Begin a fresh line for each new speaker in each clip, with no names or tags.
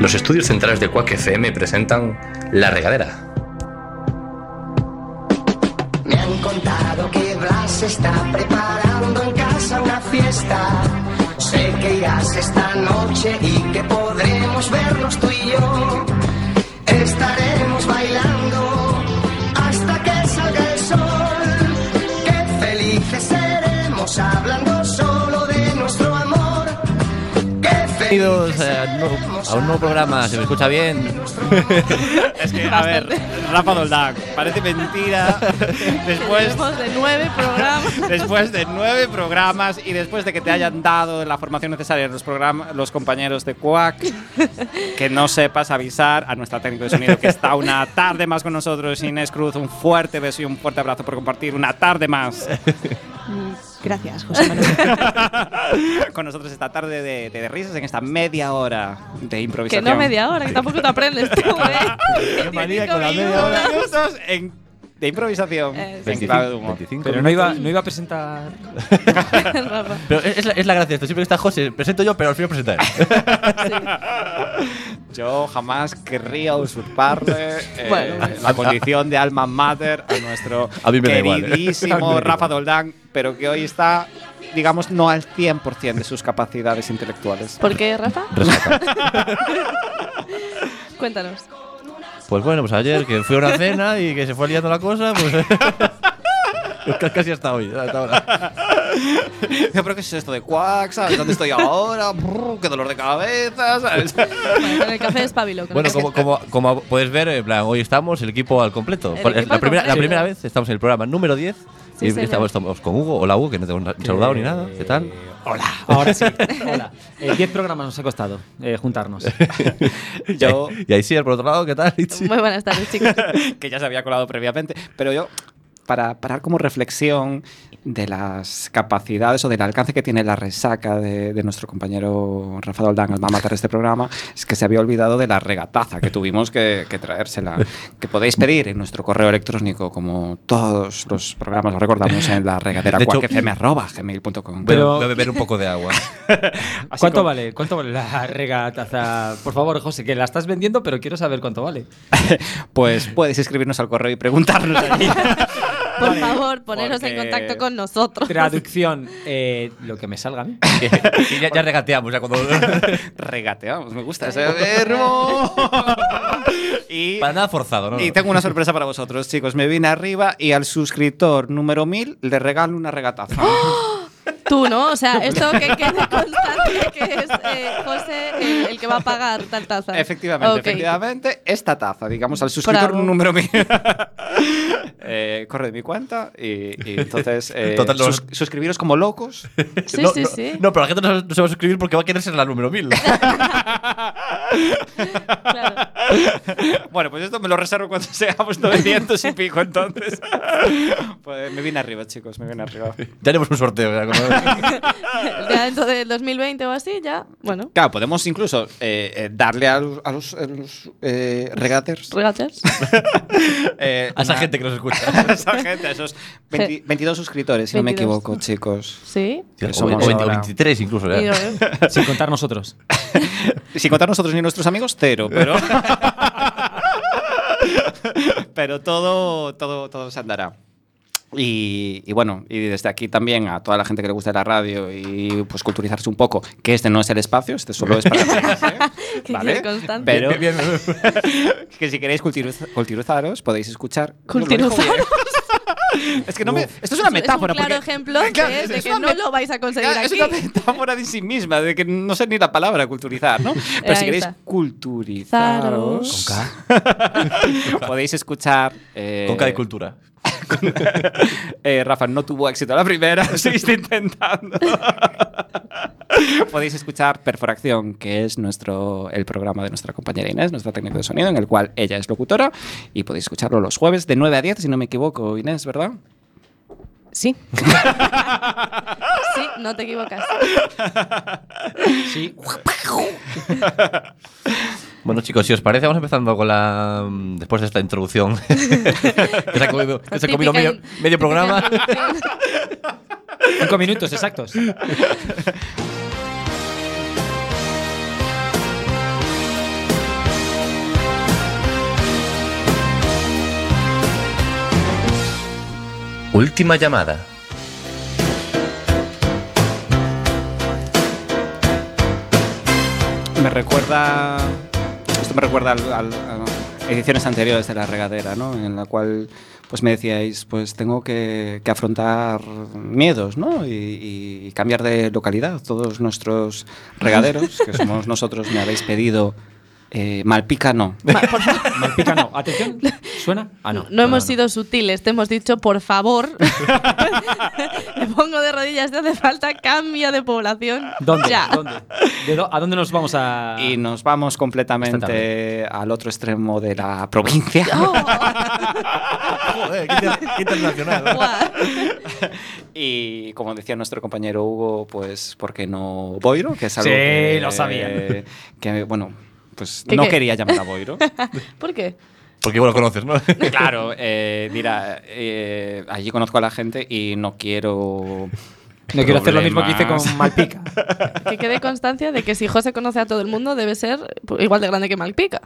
Los estudios centrales de Quack FM presentan La Regadera.
Me han contado que Blas está preparando en casa una fiesta. Sé que irás esta noche y que podremos vernos tú y yo. Estaremos bailando hasta que salga el sol. Qué felices seremos hablando solo de nuestro amor. Qué
Bienvenidos
felices
eh, al nuevo-
seremos
a un nuevo programa, ¿se me escucha bien?
Es que, a ver, Rafa Doldán, parece mentira. Después,
Tenemos de nueve programas.
después de nueve programas y después de que te hayan dado la formación necesaria los, programas, los compañeros de Quack, que no sepas avisar a nuestra técnico de sonido que está una tarde más con nosotros, Inés Cruz. Un fuerte beso y un fuerte abrazo por compartir una tarde más
Mm, Gracias, José Manuel.
con nosotros esta tarde de, de risas en esta media hora de
que
improvisación.
no media hora, que tampoco te aprendes tú, ¿eh?
Qué manía
25
con la media
Dos
minutos.
minutos en- de improvisación.
Eh, sí.
en clave de humor.
25
Pero no iba, no iba a presentar.
Rafa,
Pero es es la, es la gracia de esto, siempre que está José, presento yo, pero al final presentaré.
Yo jamás querría usurparle eh,
Bueno.
la condición de alma mater a nuestro
A mí me da igual. ¿eh? A mí me
queridísimo
da
Rafa
igual.
Doldán, pero que hoy está, digamos, no al 100% de sus capacidades intelectuales.
¿Por qué, Rafa?
Resaca.
Cuéntanos.
Pues bueno, pues ayer que fui a una cena y que se fue liando la cosa, pues. Ca- Casi hasta hoy, hasta ahora.
Yo creo que es esto de cuac, ¿sabes? ¿Dónde estoy ahora? Brr, ¡Qué dolor de cabeza! ¿sabes?
Bueno, con el café espabilo. con
Bueno,
el-
como, como, como puedes ver, en plan, hoy estamos el equipo al completo.
El
Por-
equipo
la,
al
primera, la
completo.
primera vez estamos en el programa número 10
Sí,
y
señor.
estamos, estamos con Hugo. Hola Hugo, que no te hemos saludado ni nada. ¿Qué tal?
Hola. Ahora sí. Hola. Eh, diez programas nos ha costado eh, juntarnos.
Yo,
Y ahí sí, por otro lado, ¿qué tal? Itzi?
Muy buenas tardes, chicos.
que ya se había colado previamente, pero yo, para parar como reflexión de las capacidades o del alcance que tiene la resaca de, de nuestro compañero Rafa Doldán, alma mater de este programa, es que se había olvidado de la regataza que tuvimos que, que traérsela, que podéis pedir en nuestro correo electrónico, como todos los programas lo recordamos, en la regatera
De hecho-
cuacfm.gmail.com.
Voy a-
Pero-
voy a beber un poco de agua.
Así
¿Cuánto
como-
vale? ¿Cuánto vale la regataza? Por favor, José, que la estás vendiendo, pero quiero saber cuánto vale.
Pues puedes escribirnos al correo y preguntarnos allí.
Por favor, poneros en
Porque-
contacto con nosotros.
Traducción, eh, lo que me salga a mí.
y ya, ya regateamos, ya cuando.
Regateamos, me gusta ese verbo. y
Para nada forzado, ¿no?
Y tengo una sorpresa para vosotros, chicos. Me vine arriba y al suscriptor número 1000 le regalo una regataza.
Ah. Tú, ¿no? O sea, esto que quede constante que es eh, José el, el que va a pagar tal taza.
efectivamente,
Ok.
efectivamente, esta taza, digamos, al suscriptor
Bravo.
número 1000. Eh, corre de mi cuenta y, y entonces eh,
Total, no-
sus- suscribiros como locos.
Sí,
no,
sí,
no,
sí.
No, pero la gente no se- no se va a suscribir porque va a querer ser la número 1000.
Claro.
Bueno, pues esto me lo reservo cuando seamos 900 y pico, entonces. Pues me vine arriba, chicos, me vine arriba.
ya haremos un sorteo. o sea, como-
Ya dentro del 2020 o así, ya, bueno,
Claro, podemos incluso eh, eh, darle a los, a los- a los, eh, regaters.
regates.
eh,
a esa
una-
gente que nos escucha.
a esa gente, a esos 20 22 suscriptores, si no me
22.
equivoco, chicos.
Sí.
Que
o,
somos
o 20 o
ahora-
23 incluso.
Y,
ya.
eh,
Sin contar nosotros.
Sin contar nosotros ni nuestros amigos, cero, pero. pero todo, todo, todo se andará. Y, y bueno, y desde aquí también a toda la gente que le gusta la radio y pues culturizarse un poco, que este no es el espacio, este solo es para amigos, ¿eh?
Que
¿Vale?
quede constante.
Pero
Bien, bien, bien.
que si queréis cultiriz- culturizaros, podéis escuchar.
Culturizaros.
Es que no me. Esto es una metáfora.
Es un claro
porque-
ejemplo
Claro,
de,
es-
de
es
que
una
no lo vais a conseguir
Claro,
aquí.
Es una metáfora de sí misma, de que no sé ni la palabra culturizar, ¿no? Pero si
ahí
queréis
está.
culturizaros, podéis escuchar. eh,
Con K de cultura.
eh, Rafa no tuvo éxito la primera, lo seguiste intentando. podéis escuchar Perforación, que es nuestro, el programa de nuestra compañera Inés, nuestra técnica de sonido, en el cual ella es locutora, y podéis escucharlo los jueves de 9 a 10, si no me equivoco, Inés, ¿verdad?
Sí. sí, no te equivocas.
Sí.
Bueno, chicos, si os parece, vamos empezando con la. mm, Después de esta introducción. que se ha comido, que se ha comido
Típica
medio,
in-
medio programa.
Cinco minutos exactos.
Última llamada.
Me recuerda. Esto me recuerda al- al- a ediciones anteriores de la regadera, ¿no? En la cual pues me decíais, pues tengo que, que afrontar miedos, ¿no? Y, y cambiar de localidad. Todos nuestros regaderos, que somos nosotros, me habéis pedido eh, Malpica no.
Malpica no. Atención. ¿Suena? Ah, no.
No hemos
no.
sido sutiles, te hemos dicho, por favor, me pongo de rodillas, te hace falta cambio de población.
¿Dónde?
Ya.
¿Dónde? ¿De dó- ¿A dónde nos vamos a.?
Y nos vamos completamente al otro extremo de la provincia.
Ah,
Joder, qué, inter- qué internacional. ¿no?
Buah.
Y como decía nuestro compañero Hugo, pues ¿por qué no Boiro? Que es algo
Sí,
que,
lo sabía.
Que bueno, pues
¿Qué,
no
qué?
quería llamar a Boiro.
¿Por qué?
Porque bueno, conoces, ¿no?
claro, eh, mira, eh, allí conozco a la gente y no quiero...
No quiero hacer lo mismo que hice
problemas.
con Malpica.
Que quede constancia de que si José conoce a todo el mundo, debe ser igual de grande que Malpica.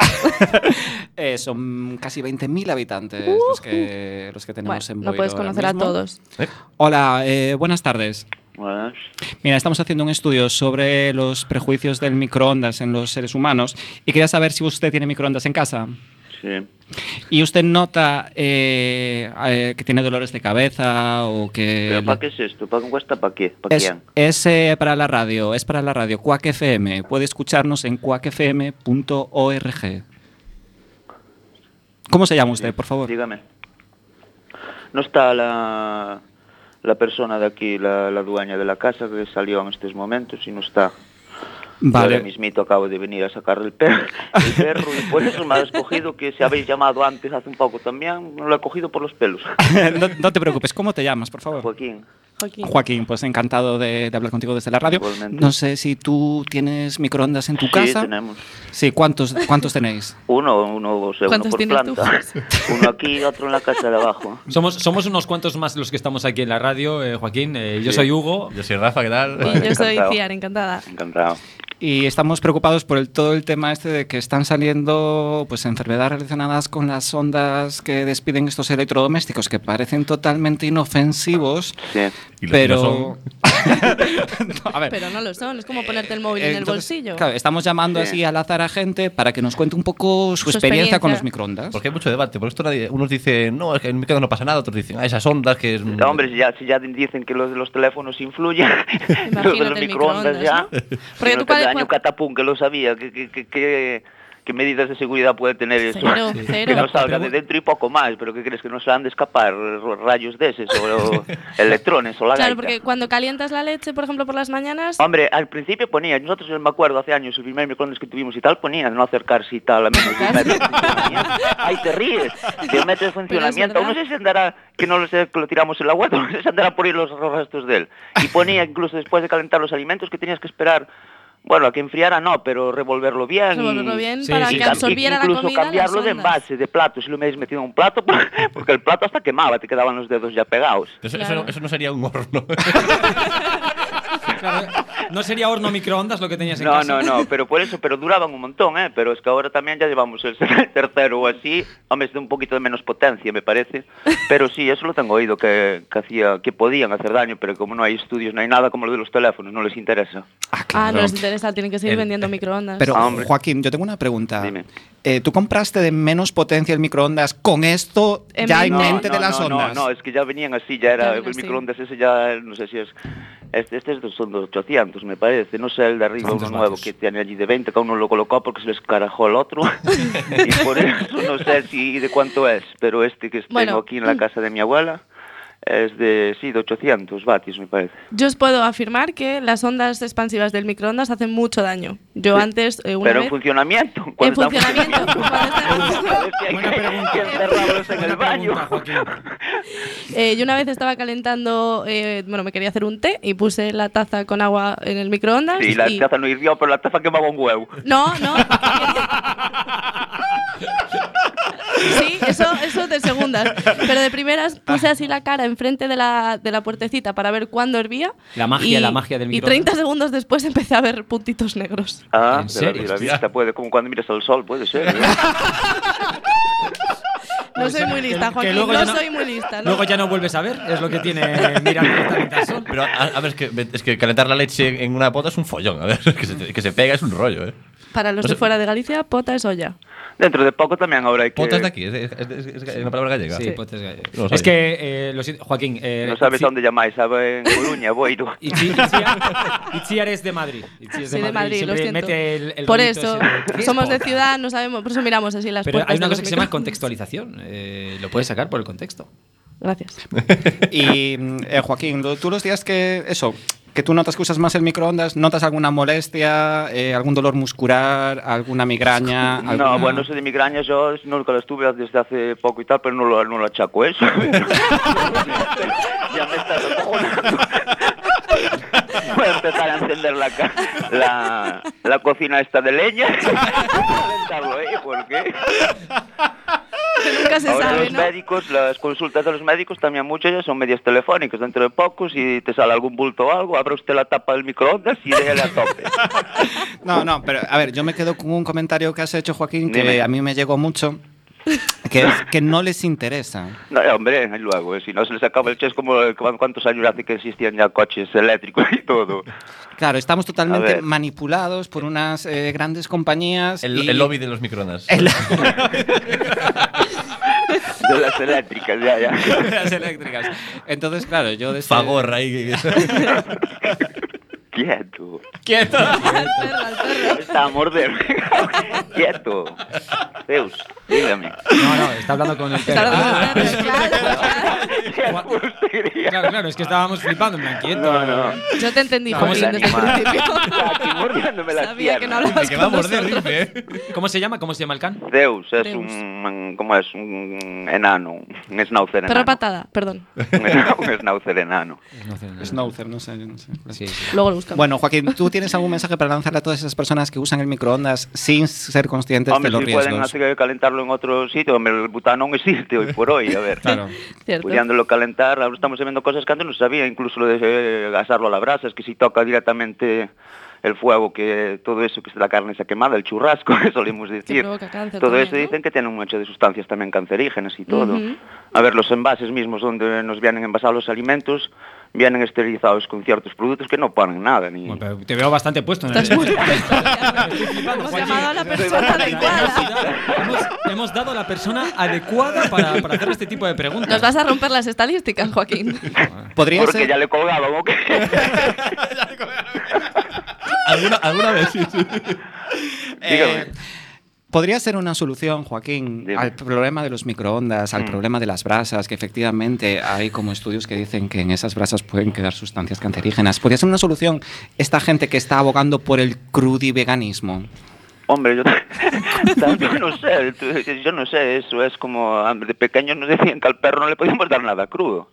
Eh, son casi 20.000 habitantes los, que, los que
Uh. Bueno,
tenemos en Boiro.
no puedes
ahora
conocer a
mismo.
todos.
Hola, eh, buenas tardes.
Buenas.
Mira, estamos haciendo un estudio sobre los prejuicios del microondas en los seres humanos y quería saber si usted tiene microondas en casa. Eh,
Sí.
¿Y usted nota eh, eh, que tiene dolores de cabeza o que...?
¿Pero para qué es esto? ¿Para qué cuesta? ¿Para qué? ¿Para
Es,
quién?
es, eh, para la radio, es para la radio, Quack FM. Puede escucharnos en quackfm.org. ¿Cómo se llama usted, por favor?
Dígame. ¿No está la, la persona de aquí, la, la dueña de la casa que salió en estos momentos y no está? Yo ahora
Vale.
mismito acabo de venir a sacar el perro, el perro y por eso me ha escogido que si habéis llamado antes hace un poco también, no lo he cogido por los pelos.
no, no te preocupes, ¿cómo te llamas, por favor?
Joaquín,
Joaquín.
Joaquín, pues encantado de, de hablar contigo desde la radio.
Igualmente.
No sé si tú tienes microondas en tu
sí,
casa.
tenemos.
Sí, ¿cuántos, ¿cuántos tenéis?
Uno, uno, o sea, uno
¿Cuántos
por
tienes tú,
planta. Uno aquí y otro en la casa de abajo.
Somos, somos unos cuantos más los que estamos aquí en la radio, eh, Joaquín. Eh, yo
Sí.
soy Hugo.
Yo soy Rafa, ¿qué tal?
Vale,
Y yo soy
encantado.
Ciar, encantada.
Encantado.
Y estamos preocupados por el, todo el tema este de que están saliendo pues enfermedades relacionadas con las ondas que despiden estos electrodomésticos que parecen totalmente inofensivos,
Sí.
Y lo- y lo
pero
son.
No, a ver,
Pero no lo son, es como ponerte el móvil
eh,
en el
entonces,
bolsillo.
claro, estamos llamando
Sí.
así al azar a gente para que nos cuente un poco su,
Su
experiencia, con
experiencia.
los microondas.
Porque hay mucho debate. Por esto nadie, unos dicen, no, es que en mi casa no pasa nada. Otros dicen, ah, esas ondas que es.
No, hombre, si ya, si ya dicen que los de los teléfonos influyen, los de
Imagínate
los
el
microondas
microondas,
ya.
¿no? Porque
Porque
tú
tú
cuál- cuál-
catapum, que lo sabía, que, que, que- que- qué medidas de seguridad puede tener eso.
Cero,
Que
cero.
no salga de dentro y poco más, pero ¿qué crees? Que no se han de escapar r- rayos de esos o, o electrones o la
Claro,
gaita.
porque cuando calientas la leche, por ejemplo, por las mañanas,
Hombre, al principio ponía, nosotros yo me acuerdo hace años, el primer microondas que tuvimos y tal, ponía no acercarse y tal a menos de un metro de funcionamiento. Ahí te ríes, te metes en funcionamiento.
verdad.
No sé si andará, que no lo sé, que lo tiramos en la web, no sé si andará por ahí los restos de él. Y ponía incluso después de calentar los alimentos que tenías que esperar, bueno, a que enfriara no, pero revolverlo bien. y-
revolverlo bien
Sí,
para
sí,
que
cam-
absorbiera la
incluso
comida. las
cambiarlo de
ondas.
envase, de plato, si lo hubierais metido en un plato, porque el plato hasta quemaba, te quedaban los dedos ya pegados.
Eso, eso
Claro.
no- eso no sería un horno.
Claro, eh, no sería horno microondas lo que tenías en
No,
casa.
no, no, pero por eso, pero duraban un montón, ¿eh? Pero es que ahora también ya llevamos el tercero o así, hombre, es de un poquito de menos potencia, me parece. Pero sí, eso lo tengo oído, que, que, hacía, que podían hacer daño, pero como no hay estudios, no hay nada como lo de los teléfonos, no les interesa.
Ah, no les interesa, tienen que seguir vendiendo microondas.
Pero
Ah, hombre.
Joaquín, yo tengo una pregunta.
Dime.
Eh, ¿Tú compraste de menos potencia el microondas con esto
En
ya en
mente.
mente de las
no,
ondas?
No, no, es que ya venían así, ya era
Ya
el
venían así.
microondas ese ya, no sé si es... Este, este es de- son de 800, me parece. No sé, el de arriba, uno nuevo que tiene allí de 20, que uno lo colocó porque se les carajó el otro. y por eso no sé si de cuánto es, pero este que tengo
Bueno. mm.
aquí en la casa de mi abuela es de, sí, de 800 vatios, me parece.
Yo os puedo afirmar que las ondas expansivas del microondas hacen mucho daño. Yo antes, eh, una
Pero pues- en
vez...
funcionamiento. cuando
en
está
funcionamiento, cuando está-
Es que hay
Buena
que-
pregunta.
que encerrarlos en el
Buena
baño.
pregunta, Joaquín.
Eh, yo una vez estaba calentando, eh, bueno, me quería hacer un té y puse la taza con agua en el microondas.
Sí, la taza no hirvió, pero la taza quemaba un huevo.
No, no. Sí, eso, eso de segundas. Pero de primeras puse así la cara enfrente de la, de la puertecita para ver cuándo hervía.
La magia, la magia del
Y
microondas.
30 segundos después empecé a ver puntitos negros.
Ah,
¿En
de la- de
serio?
La,
Hostia.
vista puede, como cuando miras al sol, puede ser. ¿eh?
No soy muy lista,
Que- que
Joaquín.
luego
No
ya no-
soy muy lista. ¿no?
Luego ya no vuelves a ver, es lo que tiene mirar directamente al sol.
Pero, a, a ver, es que, es que calentar la leche en una pota es un follón. A ver, que se, te- que se pega es un rollo, ¿eh?
Para
Pues-
los de fuera de Galicia, pota es olla.
Dentro de poco también habrá que...
Pota es de aquí, es, es- es- es- es una palabra gallega.
Sí,
Sí.
potes gallegos.
No lo
Es
sabía.
que, eh, lo siento, Joaquín. eh,
No sabes
Itzi-
a dónde llamáis, ¿sabes? En Coruña, Boiro.
Itzi- Itziar, Itziar es de Madrid. Itziar es de
Soy de Madrid, lo
siempre
siento.
mete el- el
por
rollito
eso,
ese ¿qué es
somos de
pota?
ciudad, no sabemos, por eso miramos así las
Pero
puertas
hay una
de los
cosa que se llama
micrófonos.
contextualización. eh, lo puedes sacar por el contexto.
Gracias.
Y mm, eh, Joaquín, lo- tú los días que eso, que tú notas que usas más el microondas, notas alguna molestia, eh, algún dolor muscular, alguna migraña.
No,
alguna-
bueno, eso de migraña yo nunca lo estuve desde hace poco y tal, pero no lo, no lo achaco eso. ya me está acojonando. Voy a empezar a encender la, ca- la, la cocina esta de leña. Calentarlo, ¿eh? Porque
Nunca se
ahora
sabe,
los
¿no?
médicos, las consultas de los médicos también muchas ya son medias telefónicas. Dentro de poco, si te sale algún bulto o algo, abra usted la tapa del microondas y déjale a tope.
No, no, pero a ver, yo me quedo con un comentario que has hecho, Joaquín, que
Dime.
a mí me llegó mucho, que es que no les interesa.
No, eh, hombre, y luego, eh, si no se les acaba el chés, como eh, cu- cuántos años hace que existían ya coches eléctricos y todo.
Claro, estamos
A
totalmente
ver.
manipulados por unas eh, grandes compañías.
El,
y-
el lobby de los microondas.
El-
De las eléctricas, ya, ya.
las eléctricas. Entonces, claro, yo
este
desde...
Fagor ahí.
Quieto.
Quieto.
Al perro, al perro.
Está a morder. Quieto. Zeus, dígame.
No, no, está hablando con el
Claro,
perro.
al perro, claro.
Claro, claro, es que estábamos flipando, en plan, quieto.
No, no.
Yo te entendí,
No,
Joaquín,
el
desde el
animal.
principio.
Aquí mordiéndome la
Sabía que no
pierna.
hablabas
que va a
con
morder,
nosotros.
dice, ¿eh?
¿Cómo se llama? ¿Cómo se llama el can?
Zeus es
Zeus.
un, ¿cómo es? Un enano, un schnauzer enano.
Perro patada, perdón.
un schnauzer enano.
No sé, no sé.
Snowzer, no sé, no sé.
Sí, sí.
Luego lo buscamos.
Bueno, Joaquín, ¿tú tienes algún mensaje para lanzarle a todas esas personas que usan el microondas sin ser conscientes
Hombre,
de los
si
riesgos?
pueden hacer que calentarlo en otro sitio, hombre, el butanón existe hoy por hoy, a ver.
Claro.
Cierto.
pudiéndolo calentar, ahora estamos viendo cosas que antes no se sabía, incluso lo de eh, asarlo a la brasa, es que si toca directamente el fuego, que todo eso, que es la carne esa quemada, el churrasco, que solemos decir.
provoca cáncer
Todo
también,
eso
¿no?
dicen que tiene un hecho de sustancias también cancerígenas y todo.
Ujú.
A ver, los envases mismos donde nos vienen envasados los alimentos, vienen esterilizados con ciertos productos que no ponen nada. Ni...
Bueno, pero te veo bastante puesto en el.
Estás muy puesto, ya.
flipando,
Hemos
Joaquín.
llamado a la persona adecuada.
Hemos, hemos dado a la persona adecuada para, para hacer este tipo de preguntas.
Nos vas a romper las estadísticas, Joaquín.
Podría
Porque
ser.
ya le colgaban, ¿o qué?
¿Alguna, alguna vez? Sí, sí.
Dígame.
Podría ser una solución, Joaquín,
Dime. Mm.
al problema de los microondas, al problema de las brasas, que efectivamente hay como estudios que dicen que en esas brasas pueden quedar sustancias cancerígenas. Podría ser una solución esta gente que está abogando por el crudiveganismo.
Hombre, yo también no sé, tú- yo no sé, eso es como, hambre. de pequeños nos decían que al perro no le podíamos dar nada crudo.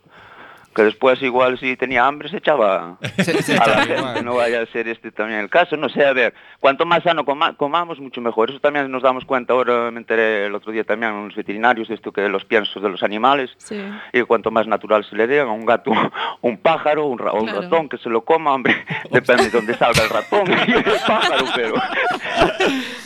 Que después igual si tenía hambre se echaba
Se- se
a la
echaba
gente,
igual.
no vaya a ser este también el caso, no sé, a ver, cuanto más sano coma- comamos, mucho mejor, eso también nos damos cuenta, ahora me enteré el otro día también en los veterinarios de esto que los piensos de los animales,
Sí.
y cuanto más natural se le den a un gato, un pájaro, un, ra- un
Claro.
ratón que se lo coma, hombre, depende de dónde salga el ratón y el pájaro, pero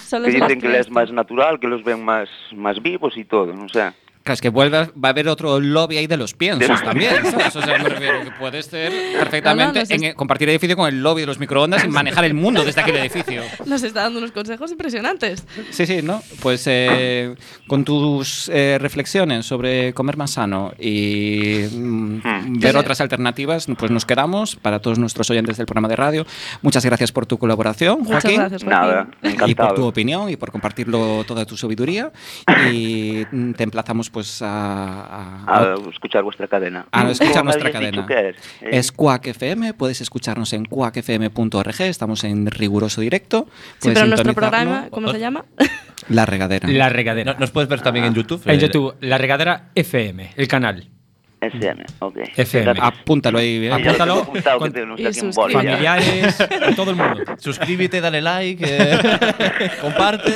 Solo
que
se las
dicen que les es
crees.
más natural, que los ven más, más vivos y todo, no sé.
Claro, es que vuelve a- va a haber otro lobby ahí de los piensos
De-
también. ¿sabes? O sea, me refiero que puede ser
No,
perfectamente
no, no,
en- compartir edificio con el lobby de los microondas y manejar el mundo desde aquel edificio.
Nos está dando unos consejos impresionantes.
Sí, sí, ¿no? Pues eh, con tus eh, reflexiones sobre comer más sano y mm,
Hmm.
ver otras alternativas, pues nos quedamos para todos nuestros oyentes del programa de radio. Muchas gracias por tu colaboración,
Muchas
Joaquín.
gracias, Joaquín.
Nada,
Y por tu
encantado.
opinión y por compartirlo toda tu sabiduría. Y mm, te emplazamos pues a- a-
A escuchar vuestra cadena.
a escuchar
¿Cómo me
Ah, nuestra
habías
cadena.
dicho que es? Eh,
Es Quack FM, puedes escucharnos en quackfm.org, estamos en riguroso directo.
Sí,
puedes
pero nuestro
sintonizarlo.
programa, ¿cómo se llama?
La regadera.
La regadera.
No- Nos puedes ver también en YouTube.
En
eh,
YouTube, la regadera FM, el canal.
SM, ok.
FM.
Ya-
Apúntalo ahí. bien.
ya lo tengo
apúntalo.
apuntado, que
Con-
tengo- no
y
sé quién
sus
boli, ya.
Familiares, a todo el mundo.
Suscríbete, dale like, eh, comparte.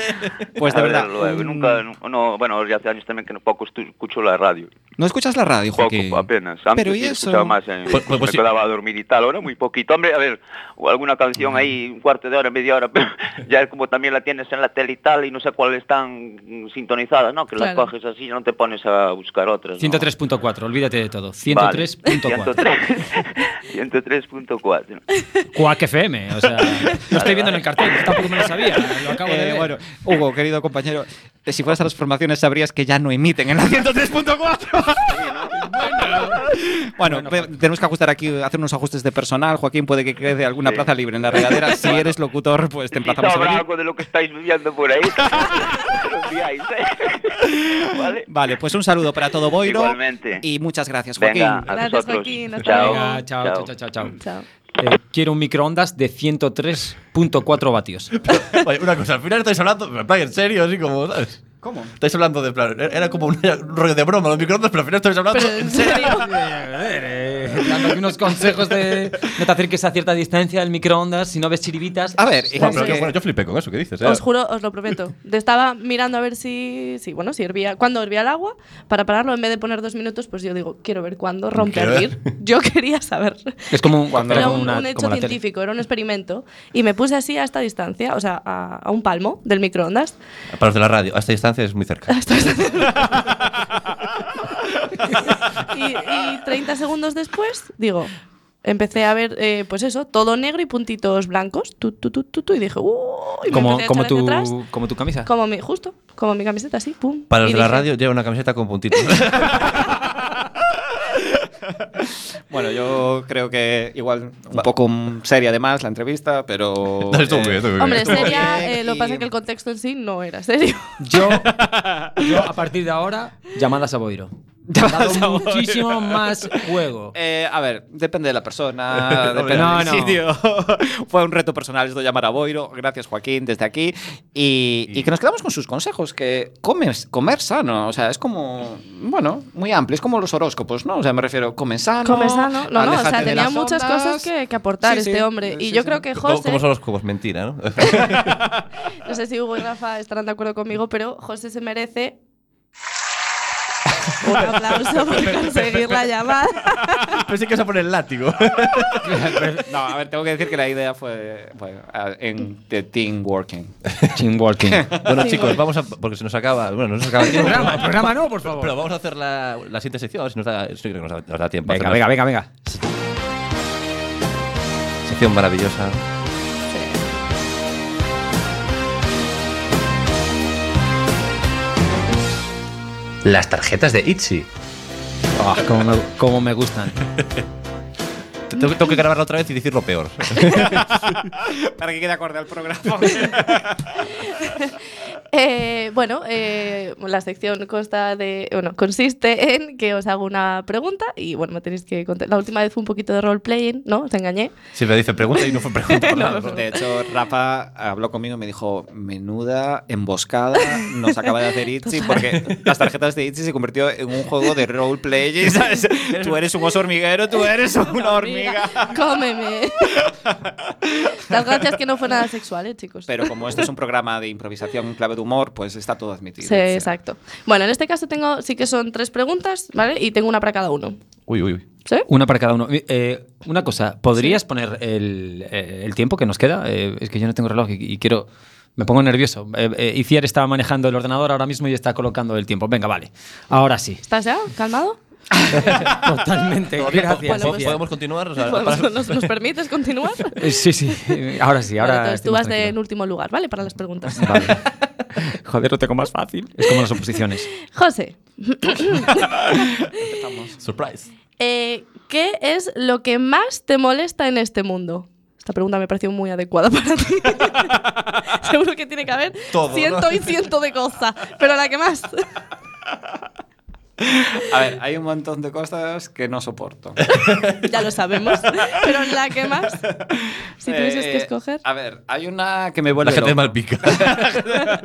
Pues
A
de
ver,
verdad.
luego,
mm,
nunca, nu- no, bueno, ya hace años también que no poco estu- escucho la radio.
¿No escuchas la radio,
Poco,
Joaquín?
apenas. Antes
Pero
sí
¿y
escuchaba
eso?
más, eh,
Pues- pues- pues
me
sí.
quedaba a dormir y tal. Ahora muy poquito. Hombre, a ver, o alguna canción ahí, un cuarto de hora, media hora, pero ya es como también la tienes en la tele y tal, y no sé cuáles están mm, sintonizadas, ¿no? Que las
Claro.
coges así y no te pones a buscar otras. ¿no?
103.4, olvídate de todo.
Vale.
103.4.
103. 103.4.
Cuac FM, o sea, lo estoy viendo en el cartel, tampoco me lo sabía, lo acabo de
Eh,
ver.
bueno, Hugo, querido compañero, eh, si fueras a las formaciones sabrías que ya no emiten en la 103.4. bueno, pe-
pues-
tenemos que ajustar aquí, hacer unos ajustes de personal. Joaquín puede que quede alguna
Sí.
plaza libre en la regadera. Si eres locutor, pues te
Si
emplazamos a
sobra
venir.
algo de lo que estáis viviendo por ahí, lo enviáis, ¿eh? ¿Vale?
Vale, pues un saludo para todo Boiro.
Igualmente.
Y muchas gracias, Joaquín.
Venga, a
Gracias,
vosotros.
Joaquín, hasta
Chao.
Venga, chao, chao, chao, chao. chao.
Chao.
Eh, quiero un microondas de 103.4 vatios.
Oye, una cosa, al final estáis hablando, en plan, en serio, así como, ¿sabes?
¿Cómo?
Estáis hablando de plan, era como un, un rollo de broma, los microondas, pero al final estáis hablando
Pero en
en serio.
serio.
Eh, Dando aquí unos consejos de no te acerques a cierta distancia del microondas si no ves chiribitas.
A ver,
Bueno, pero
es que-
yo- bueno, yo flipé con eso que dices. ¿eh?
Os juro, os lo prometo. De- Estaba mirando a ver si, si bueno, si hervía, cuándo hervía el agua, para pararlo en vez de poner dos minutos, pues yo digo, quiero ver cuándo rompe a
Quiero ver.
hervir. Yo quería saber.
Es como un,
Cuando-
era
Era
como
un,
una-
un hecho
como la tele.
científico, era un experimento. Y me puse así a esta distancia, o sea, a, a un palmo del microondas.
Para los de la radio, a esta distancia es muy cerca.
Y, y 30 segundos después, digo, empecé a ver, eh, pues eso, todo negro y puntitos blancos. Tu, tu, tu, tu, tu, y dije, ¡uh! Y me
Como,
empecé a
como,
echar hacia atrás.
tu, como tu camisa.
Como mi, justo, como mi camiseta, así, pum.
Para los
Y
de la
dije,
radio, lleva una camiseta con puntitos.
Bueno, yo creo que igual un poco mm, seria además la entrevista, pero...
No, estuvo muy bien, estuvo muy
Hombre,
bien.
seria,
bien
eh, lo
y-
pasa que el contexto en sí no era serio.
Yo, yo, a partir de ahora, llamadas a Boiro. Ha dado muchísimo más juego.
Eh, a ver, depende de la persona, depende
No,
del
no.
sitio. Fue un reto personal esto de llamar a Boiro. Gracias, Joaquín, desde aquí. Y, y que nos quedamos con sus consejos, que comes, comer sano, o sea, es como, bueno, muy amplio, es como los horóscopos, ¿no? O sea, me refiero, come sano.
Come sano. No, no, o
aléjate
sea,
de
tenía
las
muchas
ondas.
cosas que, que aportar
Sí, sí,
este hombre. y
sí,
yo
sí.
creo que
¿Cómo,
José,
cómo son los cubos? Mentira, ¿no?
no sé si Hugo y Rafa estarán de acuerdo conmigo, pero José se merece un aplauso por conseguir la llamada.
Pensé que se pone el látigo.
No, a ver, tengo que decir que la idea fue bueno, a- en The Team Working.
Team working.
Bueno,
Sí,
chicos,
bueno.
vamos a. Porque se nos acaba. Bueno, no se nos acaba el tiempo.
programa, el programa no, por favor.
Pero vamos a hacer la, la siguiente sección, a ver si nos da, si creo que nos da, nos da tiempo. a
venga,
hacer
venga,
una
venga, venga.
Sección maravillosa.
Las tarjetas de Itchy.
Ah, cómo me, cómo me gustan.
Te- Tengo, tengo que grabarla otra vez y decir lo peor.
Para que quede acorde al programa.
Eh, bueno, eh, la sección consta de, bueno, consiste en que os hago una pregunta y bueno, me tenéis que contar. La última vez fue un poquito de role-playing, ¿no? Os engañé.
Siempre dice pregunta y no fue pregunta.
No, de hecho, Rafa habló conmigo y me dijo, menuda emboscada nos acaba de hacer Itzy, porque las tarjetas de Itzy se convirtió en un juego de roleplay, ¿sabes? Tú eres un oso hormiguero, tú eres una hormiga.
Cómeme. Las gracias que no fue nada sexual, eh, chicos.
Pero como esto es un programa de improvisación en clave de humor, pues está todo admitido.
Sí, exacto. Bueno, en este caso tengo, sí que son tres preguntas, ¿vale? Y tengo una para cada uno.
Uy, uy, uy.
¿Sí?
Una para cada uno. Eh, una cosa, ¿podrías poner el, eh, el tiempo que nos queda? Eh, es que yo no tengo reloj y, y quiero. Me pongo nervioso. Eh, eh, Iciar estaba manejando el ordenador ahora mismo y está colocando el tiempo. Venga, vale. Ahora sí.
¿Estás ya calmado?
Totalmente. Gracias.
Bueno, pues-
Iciar.
¿Podemos continuar? O sea,
¿Nos,
para-
nos- nos permites continuar?
Eh, Sí, sí. Eh, Ahora sí. Ahora
Vale, entonces tú
estoy más
vas de en
tranquilo.
último lugar, ¿vale? Para las preguntas.
Vale. Joder, lo tengo más fácil. Es como las oposiciones.
José,
Surprise.
eh, ¿qué es lo que más te molesta en este mundo? Esta pregunta me pareció muy adecuada para ti. Seguro que tiene que haber
Todo, ¿no?
ciento y ciento de cosas, pero la que más.
A ver, hay un montón de cosas que no soporto.
ya lo sabemos, pero la que más. Si tuvieses
Eh,
que escoger.
A ver, hay una que me vuelve
La gente
loco.
es malpica.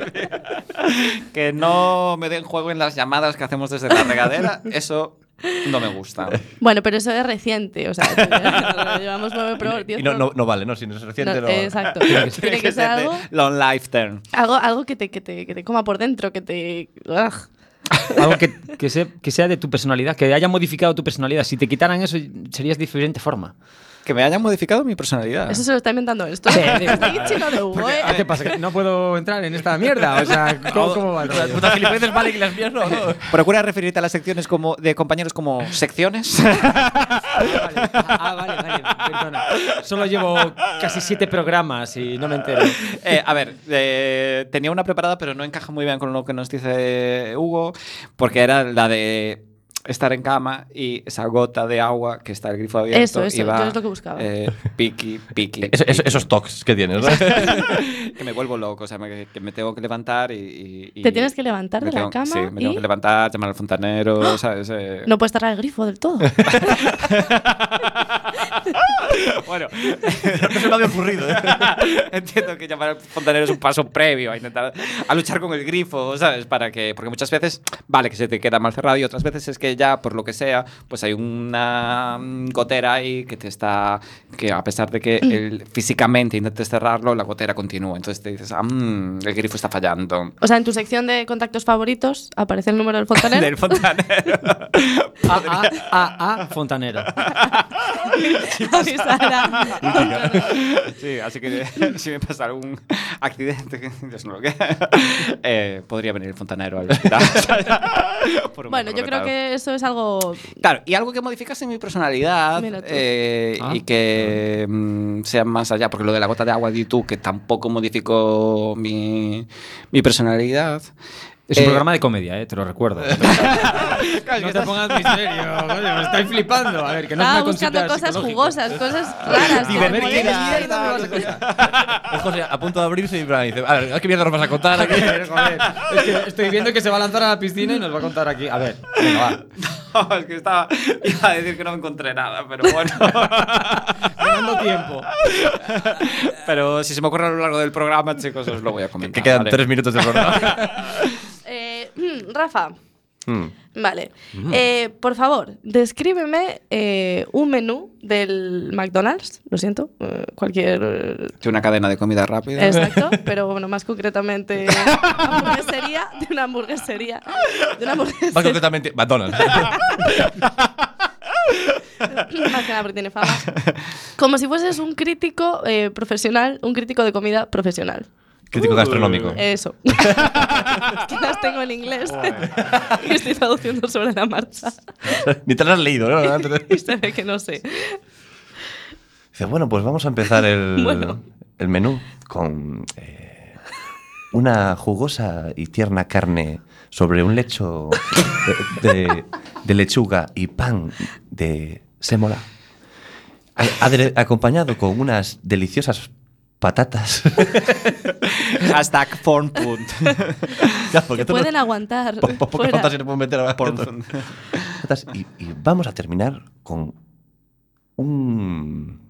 que no me den juego en las llamadas que hacemos desde la regadera, eso No me gusta.
Bueno, pero eso es reciente, o sea, llevamos nueve pro,
Y
diez
no,
pro-
no, no vale, ¿no? Si no es reciente,
No,
no.
exacto. Tiene que, ser
de
algo,
Long life term.
algo, algo que, te, que, te, que te coma por dentro, que te... ugh.
Ah.
Algo que, que sea, que sea de tu personalidad, que haya modificado tu personalidad. Si te quitaran eso, serías de diferente forma.
Que me hayan modificado mi personalidad.
Eso se lo está inventando esto.
Sí, sí.
Estoy chino de huevo, eh.
¿Qué pasa? ¿Que no puedo entrar en esta mierda? O sea, ¿cómo, cómo va el rollo?
vale y las mías no. no.
Procura referirte a las secciones como de compañeros como secciones.
Ah, vale, vale, perdona. Solo llevo casi siete programas y no me entero.
Eh, a ver, eh, tenía una preparada, pero no encaja muy bien con lo que nos dice Hugo, porque era la de estar en cama y esa gota de agua que está el grifo abierto.
Eso,
y
eso,
va,
yo es lo que buscaba.
eh, piqui, piqui.
Eso- eso- esos tocs que tienes, ¿no?
que me vuelvo loco, o sea, me- que me tengo que levantar y. y-
Te
y-
tienes que levantar
me
de la
tengo-
cama
Sí, me tengo
y- ¡Ah!
que levantar, llamar al fontanero, ¿sabes? Eh,
No puedes cerrar el grifo del todo.
Bueno,
No se me había ocurrido. ¿eh?
Entiendo que llamar al fontanero es un paso previo a intentar a luchar con el grifo, ¿sabes? Para que, porque muchas veces, vale, que se te queda mal cerrado y otras veces es que ya, por lo que sea, pues hay una mm, gotera ahí que te está, que a pesar de
Mm.
que el- físicamente intentes cerrarlo, la gotera continúa. Entonces te dices, ah, mm, el grifo está fallando.
O sea, en tu sección de contactos favoritos aparece el número del fontanero.
Del fontanero.
A, A, A, A, Fontanero.
Avisará.
sí, así que si me pasa algún accidente, que Dios no lo que, eh, podría venir el fontanero al hospital. Por un
Bueno, yo creo
recalentado.
que eso es algo.
Claro, y algo que modificase mi personalidad
Mira tú.
eh,
Ah.
y que mm, sea más allá, porque lo de la gota de agua de YouTube, que tampoco modificó mi, mi personalidad.
Es un
Eh,
programa de comedia, eh, te lo recuerdo. No te pongas misterio, coño, me estáis flipando. A ver, que no es
Estaba
una consulta
buscando cosas jugosas,
psicológica.
cosas raras. que te
Divertidas,
molestan.
¿qué tal me vas a contar?
Es José a punto de abrirse y en plan, dice, a ver, ¿a ¿qué mierda nos vas a contar? aquí?"
Es que estoy viendo que se va a lanzar a la piscina y nos va a contar aquí. A ver, venga, va.
No, es que estaba. Iba a decir que no encontré nada, pero bueno.
Ganando tiempo.
pero si se me ocurre a lo largo del programa, chicos, os lo voy a comentar.
Que quedan
¿vale?
tres minutos de programa.
Eh, mm, Rafa,
Mm.
vale. Eh, por favor, descríbeme eh, un menú del McDonald's. Lo siento, eh, cualquier. eh,
De una cadena de comida rápida.
Exacto, pero bueno, más concretamente, hamburguesería, de una hamburguesería, de una
Más
hamburguesería.
concretamente, McDonald's.
Más que nada porque tiene fama. Como si fueses un crítico eh, profesional, un crítico de comida profesional.
Crítico gastronómico.
Eso. Es que las tengo en inglés. y estoy traduciendo sobre la marcha.
Ni te lo has leído, ¿no? Antes de-
y se ve que no sé.
Dice, bueno, pues vamos a empezar el,
Bueno.
el menú con eh, una jugosa y tierna carne sobre un lecho de, de- de lechuga y pan de sémola, a- adre- acompañado con unas deliciosas patatas.
Hashtag formpunt.
Ya, porque
Que
tú no-
pueden aguantar.
po- po- pocas
fuera.
patatas se le pueden meter a la- Patatas. y, y vamos a terminar con un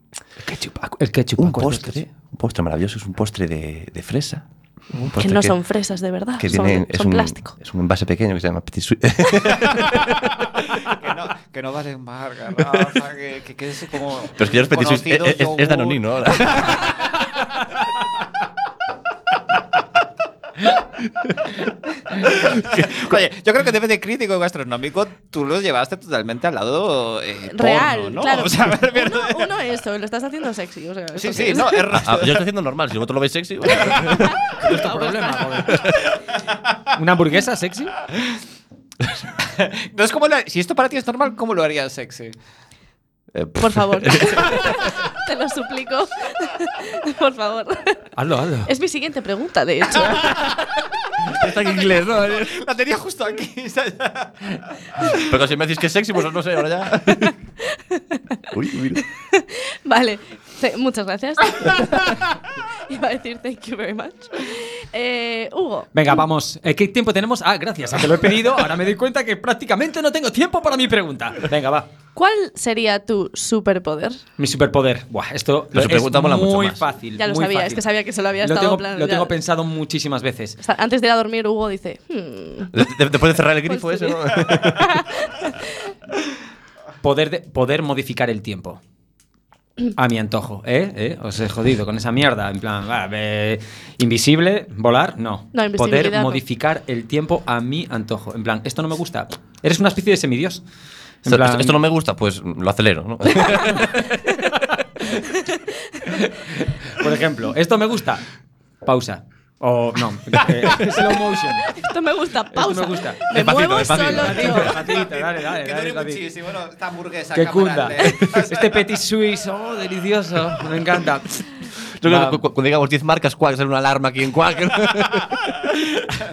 Ah, El ketchup.
un postre, un postre maravilloso, es un postre de, de fresa. Un
que
postre
no son fresas de verdad,
que
son,
tiene- es
son
un,
plástico.
Es un envase pequeño que se llama Petit Suisse.
que, no, que no vale embarga, Rafa, que, que, que es como.
Pero es que ya los Petit Suisse
conocido
es, es, es
yogur.
Danonino ahora.
Oye, yo creo que debe de crítico gastronómico, tú lo llevaste totalmente al lado eh,
Real,
porno, ¿no?
claro.
O sea, me refiero-
uno, uno eso, lo estás haciendo sexy. O sea,
sí,
esto
sí,
que es.
no, es ra-
Ah, yo lo estoy haciendo normal, si vosotros lo veis sexy. pues. bueno.
Ah, pues
¿Una hamburguesa sexy?
no es como la- si esto para ti es normal, ¿cómo lo harías sexy?
Eh, pff,
Por favor. Te lo suplico. Por favor.
Hazlo, hazlo.
Es mi siguiente pregunta, de hecho.
Está en inglés, ¿no?
La tenía justo aquí.
Pero si me decís que es sexy, pues no sé, ahora ya. Uy, mira.
Vale, te- muchas gracias. Iba a decir thank you very much. Eh, Hugo,
Venga, vamos. Eh, ¿Qué tiempo tenemos? Ah, gracias. Te lo he pedido. Ahora me doy cuenta que prácticamente no tengo tiempo para mi pregunta. Venga, va.
¿cuál sería tu superpoder?
Mi superpoder. Buah, esto
La
es
superpregunta mola mucho
muy
más.
fácil.
Ya lo
muy
sabía,
fácil.
es que sabía que se lo había
Lo
estado
tengo,
plan-
lo
ya.
tengo pensado muchísimas veces.
O sea, Antes de ir a dormir, Hugo dice. "Hmm,
De- de- Después de cerrar el grifo ese, ¿no?
poder, de- poder modificar el tiempo. A mi antojo, ¿eh? ¿Eh? Os he jodido con esa mierda. En plan, va, eh, invisible, volar, no.
No,
Poder
invisibilidad no.
modificar el tiempo a mi antojo. En plan, esto no me gusta. Eres una especie de semidios. En
Esto,
plan,
esto no me gusta, pues lo acelero, ¿no?
Por ejemplo, esto me gusta. Pausa. O no. eh, slow motion.
Esto me gusta, pausa.
me gusta.
Me
Es fácil,
muevo
es fácil.
solo yo.
Patito, patito, dale, dale,
que
dale,
dure
patito.
muchísimo, ¿no? Esta hamburguesa.
Que
camarón,
cunda.
¿eh?
Este petit suisse, oh, delicioso. Me encanta.
Yo creo
Va.
que cu- cuando digamos 10 marcas, cuál sale una alarma aquí en cuál.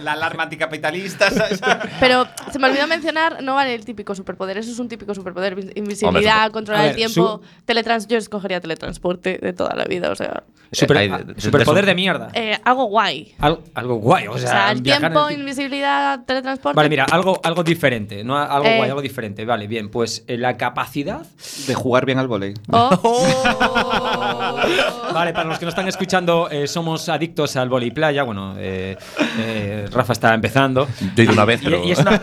La alarma anticapitalista, ¿sabes?
Pero se me olvidó mencionar, no vale el típico superpoder, eso es un típico superpoder. in- Invisibilidad,
Hombre,
controlar
a
el
ver,
tiempo, teletrans yo escogería teletransporte de toda la vida, o sea,
Super-
Ay, Eh, de- de-
superpoder
de-
de mierda.
eh, algo guay.
Al- algo guay, o
O
sea,
sea, el
viajar en
tiempo,
el tiempo.
invisibilidad, teletransporte.
Vale, mira, algo, algo diferente, no algo
Eh.
guay, algo diferente. Vale, bien, pues eh, la capacidad.
De jugar bien al volei.
O-
Vale, para los que no están escuchando, eh, somos adictos al vóley playa. Bueno, eh, eh, Rafa está empezando.
Yo he ido una vez,
Y-
pero-
y es, una,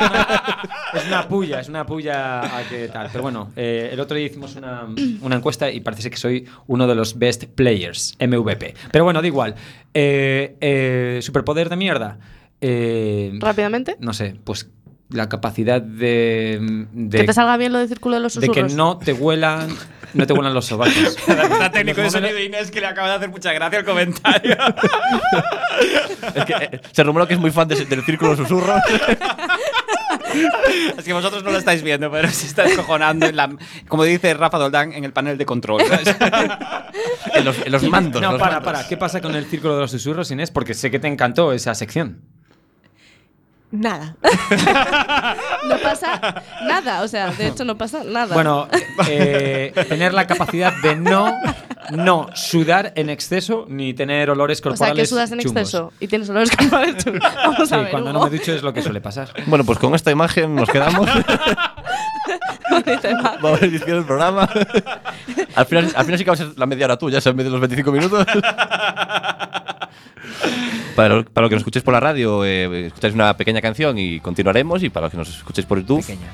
es una puya, es una puya a que tal. Pero bueno, eh, el otro día hicimos una, una encuesta y parece que soy uno de los best players, MVP. Pero bueno, da igual. Eh, eh, superpoder de mierda. Eh,
Rápidamente.
no sé, pues la capacidad de. de
que te salga bien lo del círculo de los
de
susurros.
que no te huelan no te huelan los sobacos
Está técnico de sonido Inés que le acaba de hacer mucha gracia el comentario.
Es que, eh, se rumora que es muy fan de ese- del círculo de susurros.
Así que vosotros no lo estáis viendo, pero se está descojonando en la, como dice Rafa Doldán en el panel de control. ¿sabes?
en, los, en los mandos.
no
los
para
mandos.
para qué pasa con el círculo de los susurros Inés porque sé que te encantó esa sección
Nada.
No pasa nada, o sea, de hecho no pasa nada.
bueno eh, tener la capacidad de no no sudar en exceso ni tener olores
o sea, que
corporales
sudas en
chungos.
exceso y tienes olores corporales chungos. Vamos
sí
a ver,
cuando
Hugo.
no me ducho es lo que suele pasar
Bueno, pues con esta imagen nos quedamos.
Dice, va.
Vamos a iniciar el programa. al, final, al final sí que va a ser la media hora tuya, ¿sabes? en vez de los 25 minutos. para, lo, para lo que nos escuchéis por la radio, eh, escucháis una pequeña canción y continuaremos. Y para los que nos escuchéis por YouTube, pequeña,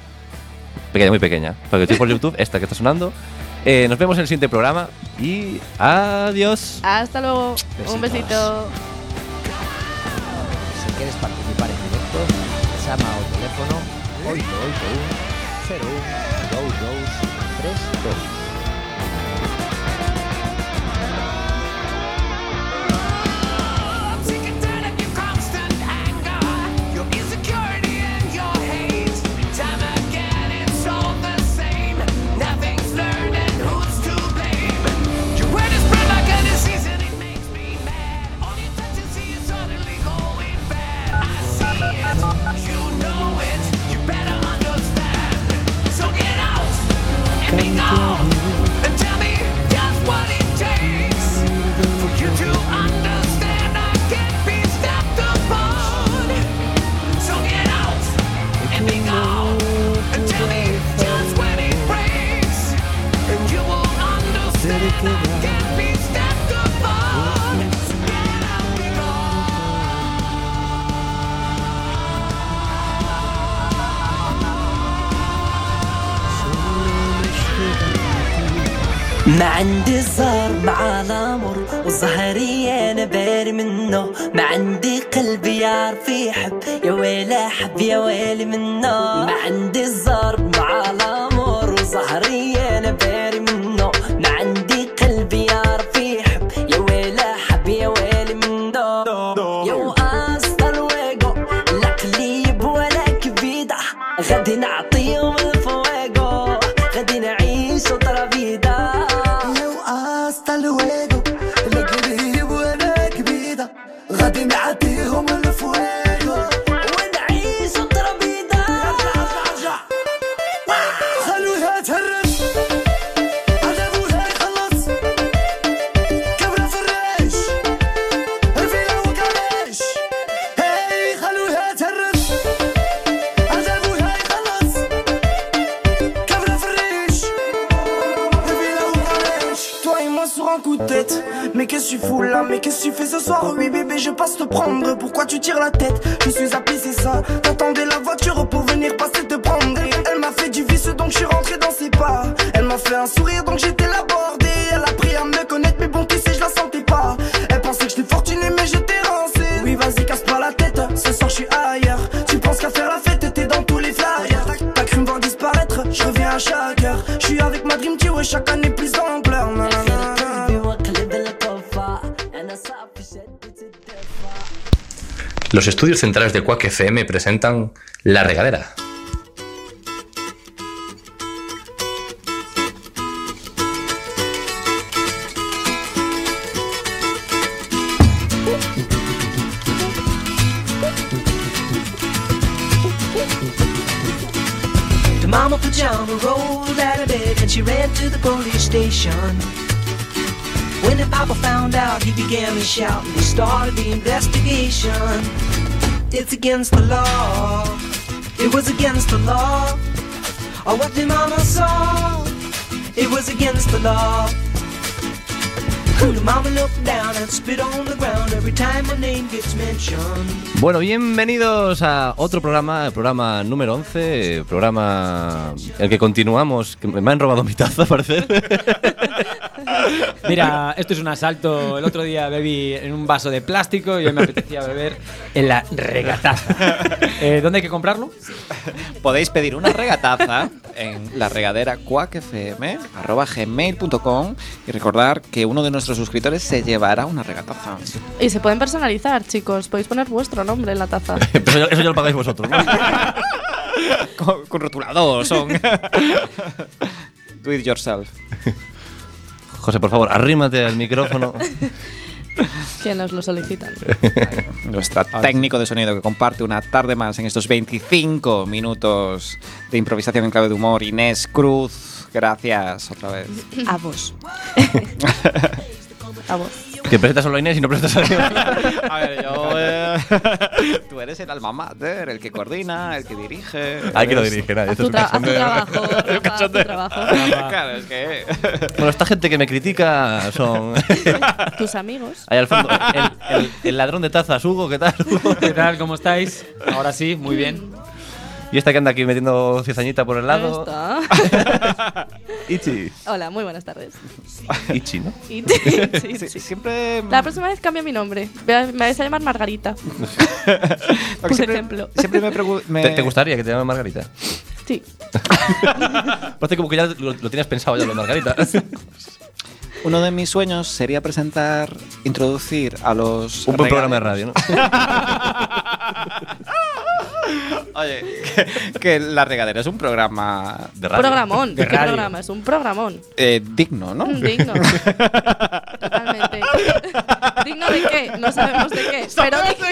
Pequeña.
muy pequeña. Para los que escuchéis por YouTube, esta que está sonando. Eh, nos vemos en el siguiente programa y adiós.
Hasta luego.
Besitos.
Un besito.
Si quieres participar en directo, llama al teléfono 881 01 2232.
Understand I can't be stepped upon so get out and be gone. And tell me just when it breaks, and you will understand I can't be stepped upon. So get out, be gone.
ما عندي صرب على مر وظهري انا باري منه ما عندي قلب يعرف يحب يا ويلي حب يا ويلي منه ما عندي صرب على مر وظهري انا باري منه ما عندي قلب يعرف يحب يا ويلي حب يا ويلي منه يا أصل الويجو لا قليب ولا كبيدة غادي نعطيهم الفويجو غادي نعيش طرابيدة لو أصل الويجو لا قليب ولا كبيدة غادي نعطيهم الفويجو ونعيش طرابيدة رجع رجع رجع خلوها تهرس عجبوها يخلص كبرة في الريش رفيع وكريش هاي خلوها تهرس عجبوها يخلص كبرة في الريش Toi et moi sur un coup de tête Mais qu'est-ce que tu fous là Mais qu'est-ce que tu fais ce soir Oui bébé je passe te prendre Pourquoi tu tires la tête Je suis à c'est ça T'attendais la voiture pour venir passer te prendre Et Elle m'a fait du vice donc je suis rentré dans ses pas Elle m'a fait un sourire donc j'étais la bordée Elle a appris à me connaître mais bon tu sais je la sentais pas Elle pensait que j'étais fortuné mais j'étais rincé Oui vas-y casse pas la tête Ce soir je suis ailleurs Tu penses qu'à faire la fête t'es dans tous les flyers T'as cru me voir disparaître Je reviens à chaque heure Je suis avec ma dream team et chaque année plus d'ampleur Nanana.
Los estudios centrales de Quack FM presentan La Regadera.
The mama pajama rolled out of bed and she ran to the police station. When the papa found out, he began to shout and they started the investigation. It's against the law. It was against the law. Or what the mama saw. It was against the law. The mama looked down and spit on the ground every time my name gets mentioned.
Bueno, bienvenidos a otro programa, el programa número 11, el programa el que continuamos. que me han robado mi taza, parece.
Mira, esto es un asalto. El otro día bebí en un vaso de plástico y hoy me apetecía beber en la regataza. Eh, ¿Dónde hay que comprarlo?
Podéis pedir una regataza en la regadera cuacfm.gmail.com y recordar que uno de nuestros suscriptores se llevará una regataza.
Y se pueden personalizar, chicos. Podéis poner vuestro nombre en la taza.
Pero eso ya- eso ya lo pagáis vosotros, ¿no?
Con, con rotulador, son. Do it yourself.
José, por favor, arrímate al micrófono.
que nos lo solicitan.
Nuestro técnico de sonido que comparte una tarde más en estos 25 minutos de improvisación en clave de humor, Inés Cruz. Gracias otra vez.
A vos.
A vos.
Que presentas solo a Inés y no presentas a mí.
A ver, yo. eh, tú eres el alma mater, el que coordina, el que dirige.
Hay que lo dirige, nadie.
Haz
esto
tu,
es un
tra- haz tu
cachondeo.
trabajo. Rafa, haz tu trabajo.
Claro, es que.
Bueno, esta gente que me critica son.
Tus amigos.
Ahí al fondo, el, el- el ladrón de tazas, Hugo, ¿qué tal? Hugo?
¿Qué tal? ¿Cómo estáis? Ahora sí, muy bien.
Y esta que anda aquí metiendo cizañita por el
Ahí
lado.
está.
Ichi.
Hola, muy buenas tardes.
Ichi, ¿no?
Y- sí,
Sí,
sí.
siempre.
La próxima vez cambio mi nombre. Ve a- Me vais a llamar Margarita.
Lo que
por
siempre-
ejemplo.
Siempre me pregunto.
¿Te, te gustaría que te llamen Margarita?
Sí.
Parece como que ya lo, lo tienes pensado ya lo de Margarita.
Uno de mis sueños sería presentar, introducir a los.
Un buen programa de radio,
regaderos-
¿no?
Oye, que, que La Regadera es un programa
De radio.
Programón.
De
¿Qué
radio.
programa? Es un programón.
eh, digno, ¿no?
Mm, Digno. Totalmente. ¿Digno de qué? No sabemos de qué. Pero digno,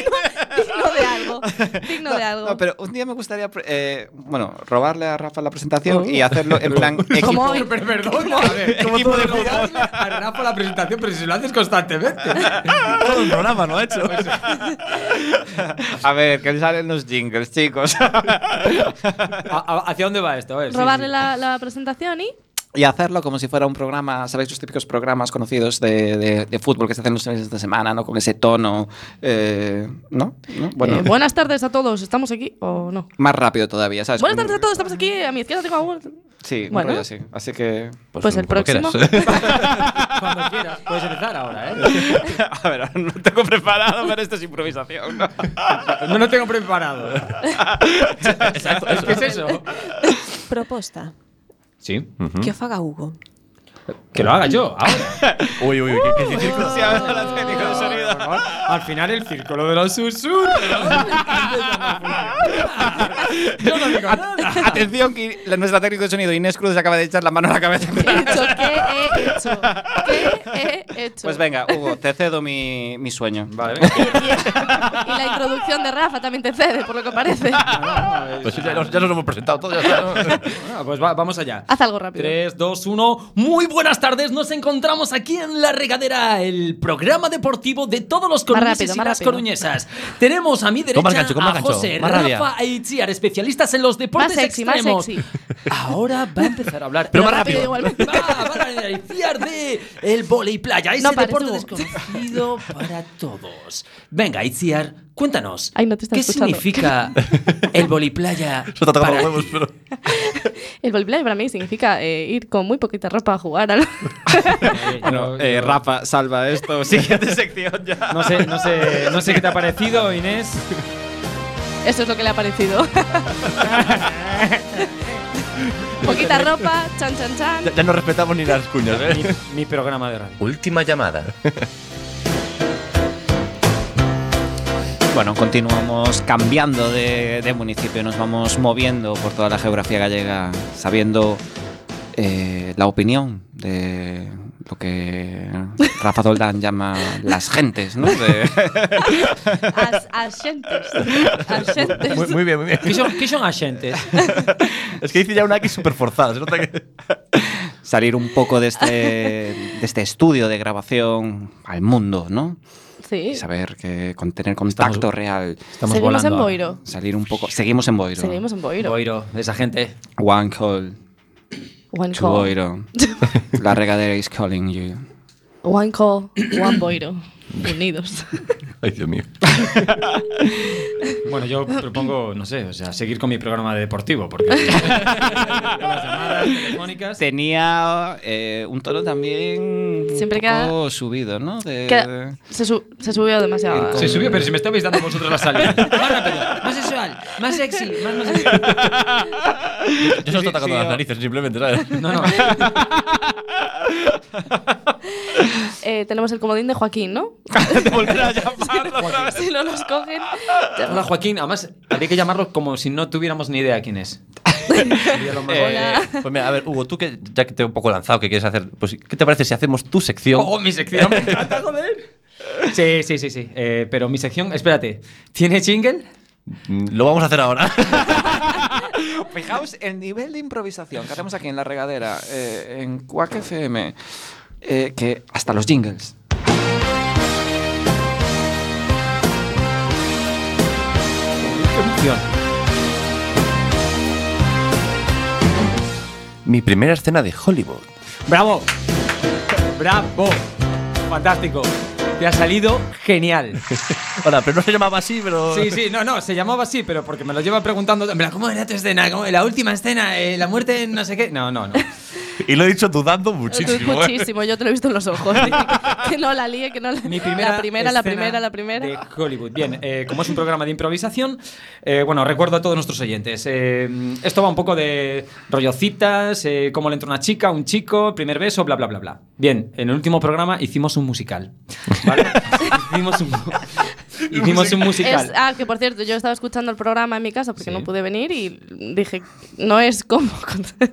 digno de algo. Digno de algo.
No, pero un día me gustaría, pre- eh, bueno, robarle a Rafa la presentación y hacerlo en plan equipo.
Como hoy.
perdón, equipo de robarle a Rafa la presentación, pero si lo haces constantemente.
Todo el programa no ha hecho.
Pues A ver, que salen los jingles, chicos.
¿A- a- ¿Hacia dónde va esto? A ver, sí,
Robarle
sí.
la, la presentación y.
y hacerlo como si fuera un programa, ¿sabéis? Los típicos programas conocidos de, de- de fútbol que se hacen los fines de semana, ¿no? Con ese tono, eh, ¿no? ¿no? Bueno,
eh, buenas tardes a todos. ¿Estamos aquí o no?
más rápido todavía, ¿sabes?
Buenas
Como-
tardes a todos. Estamos aquí. A mi izquierda tengo a Google.
Sí, un
Bueno.
rollo así. Así que...
Pues el
cuando
próximo.
quieras.
Cuando quieras, puedes empezar ahora, ¿eh?
A ver, no tengo preparado para esta improvisación. ¿no?
No lo tengo preparado.
Exacto, eso.
¿Qué es eso?
Proposta.
Sí.
Que o faga Hugo.
Que lo haga yo, ahora.
Uy, uy, uy, qué, qué- qué- qué-
Al final el círculo de los susurros. yo no digo nada.
Atención, que la- nuestra técnico de sonido Inés Cruz se acaba de echar la mano a la cabeza.
¿Qué he hecho? ¿Qué he hecho? ¿Qué he hecho?
Pues venga, Hugo, te cedo mi, mi sueño. Vale,
Y, y- y la introducción de Rafa también te cede, por lo que parece.
Pues ya, nos, ya nos hemos presentado todos, ya está.
Bueno, pues va- vamos allá.
Haz algo rápido.
3, 2, 1. Muy buenas tardes. Nos encontramos aquí en La Regadera, el programa deportivo de todos los
Más
coruñeses
rápido,
y
más
las
rápido.
coruñesas. Tenemos a mi derecha
Con más gancho, con más
a
gancho,
José,
más rabia.
Rafa e Itziar, especialistas en los deportes
sexy, más
extremos.
sexy.
Ahora va a empezar a hablar.
Pero
la
más rápido.
igualmente.
Va, va finalizar de el volei playa, ese
No pares
deporte
tú.
desconocido para todos. Venga, Itziar, cuéntanos.
Ay, no te está
¿Qué
escuchando.
significa el volei playa?
Yo te tocaba
para
los huevos,
ti?
pero.
El volplay para mí significa eh, ir con muy poquita ropa a jugar. al-
Bueno, eh, Rafa, salva esto. Siguiente sección ya.
No sé, no sé, no sé qué te ha parecido, Inés.
Eso es lo que le ha parecido. poquita ropa, chan, chan, chan.
Ya, ya no respetamos ni las cuñas, ¿eh?
Mi, mi programa de radio.
Última llamada.
Bueno, continuamos cambiando de, de municipio, nos vamos moviendo por toda la geografía gallega, sabiendo eh, la opinión de lo que Rafa Doldán llama las gentes, ¿no? De-
As, asentes. Asentes.
Muy, muy bien, muy bien.
¿Qué son, qué son axentes?
Es que dice ya una X súper forzada. Se nota que.
salir un poco de este, de este estudio de grabación al mundo, ¿no?
Sí.
Y saber que con tener contacto real,
Estamos
Seguimos en
volando.
Boiro.
salir un poco... Seguimos en Boiro.
Seguimos en Boiro.
Boiro, esa gente.
One call
One
to
call.
Boiro. la regadera is calling you.
One call, one Boiro. Unidos.
Ay, Dios mío.
Bueno, yo propongo, no sé, o sea, seguir con mi programa de deportivo, porque las llamadas telefónicas.
Tenía eh, un tono también
Siempre
un
queda-
poco subido, ¿no? De-
Que se, su- se subió demasiado.
Se subió, pero si me estabais dando vosotros la salida. Más rápido, más sexual, más sexy, más no sé qué.
Yo solo estoy atacando las narices, simplemente, ¿sabes?
No, no.
Eh, tenemos el comodín de Joaquín, ¿no? si no nos cogen. ya-
Hola, Joaquín. Además, habría que llamarlo como si no tuviéramos ni idea quién es. Sería lo más
Hola.
Pues mira, a ver, Hugo, tú que ya que te he un poco lanzado, que quieres hacer. Pues, ¿qué te parece si hacemos tu sección?
Oh, mi sección me encanta, joder. Sí, sí, sí, sí. Eh, pero mi sección, espérate, ¿tiene jingle?
Mm, Lo vamos a hacer ahora.
Fijaos el nivel de improvisación que hacemos aquí en la regadera, eh, en Quack FM, eh, que hasta los jingles.
Mi primera escena de Hollywood.
¡Bravo! ¡Bravo! Fantástico. Te ha salido genial.
Hola, pero no se llamaba así, pero.
Sí, sí, no, no, se llamaba así, pero porque me lo lleva preguntando. En plan, ¿cómo era tu escena? ¿Cómo- la última escena, eh, la muerte, en no sé qué. No, no, no.
Y lo he dicho dudando muchísimo. ¿eh?
Muchísimo, yo te lo he visto en los ojos. que no la líe, que no la
Mi primera
La primera, la
escena
primera, la primera.
De Hollywood. Bien, eh, como es un programa de improvisación, eh, bueno, recuerdo a todos nuestros oyentes. eh, esto va un poco de rollocitas, eh, cómo le entra una chica, un chico, primer beso, bla, bla, bla, bla. Bien, en el último programa hicimos un musical. ¿vale? hicimos un, hicimos un musical.
Es- ah, que por cierto, yo estaba escuchando el programa en mi casa porque
Sí.
no pude venir y dije, no es como con- tener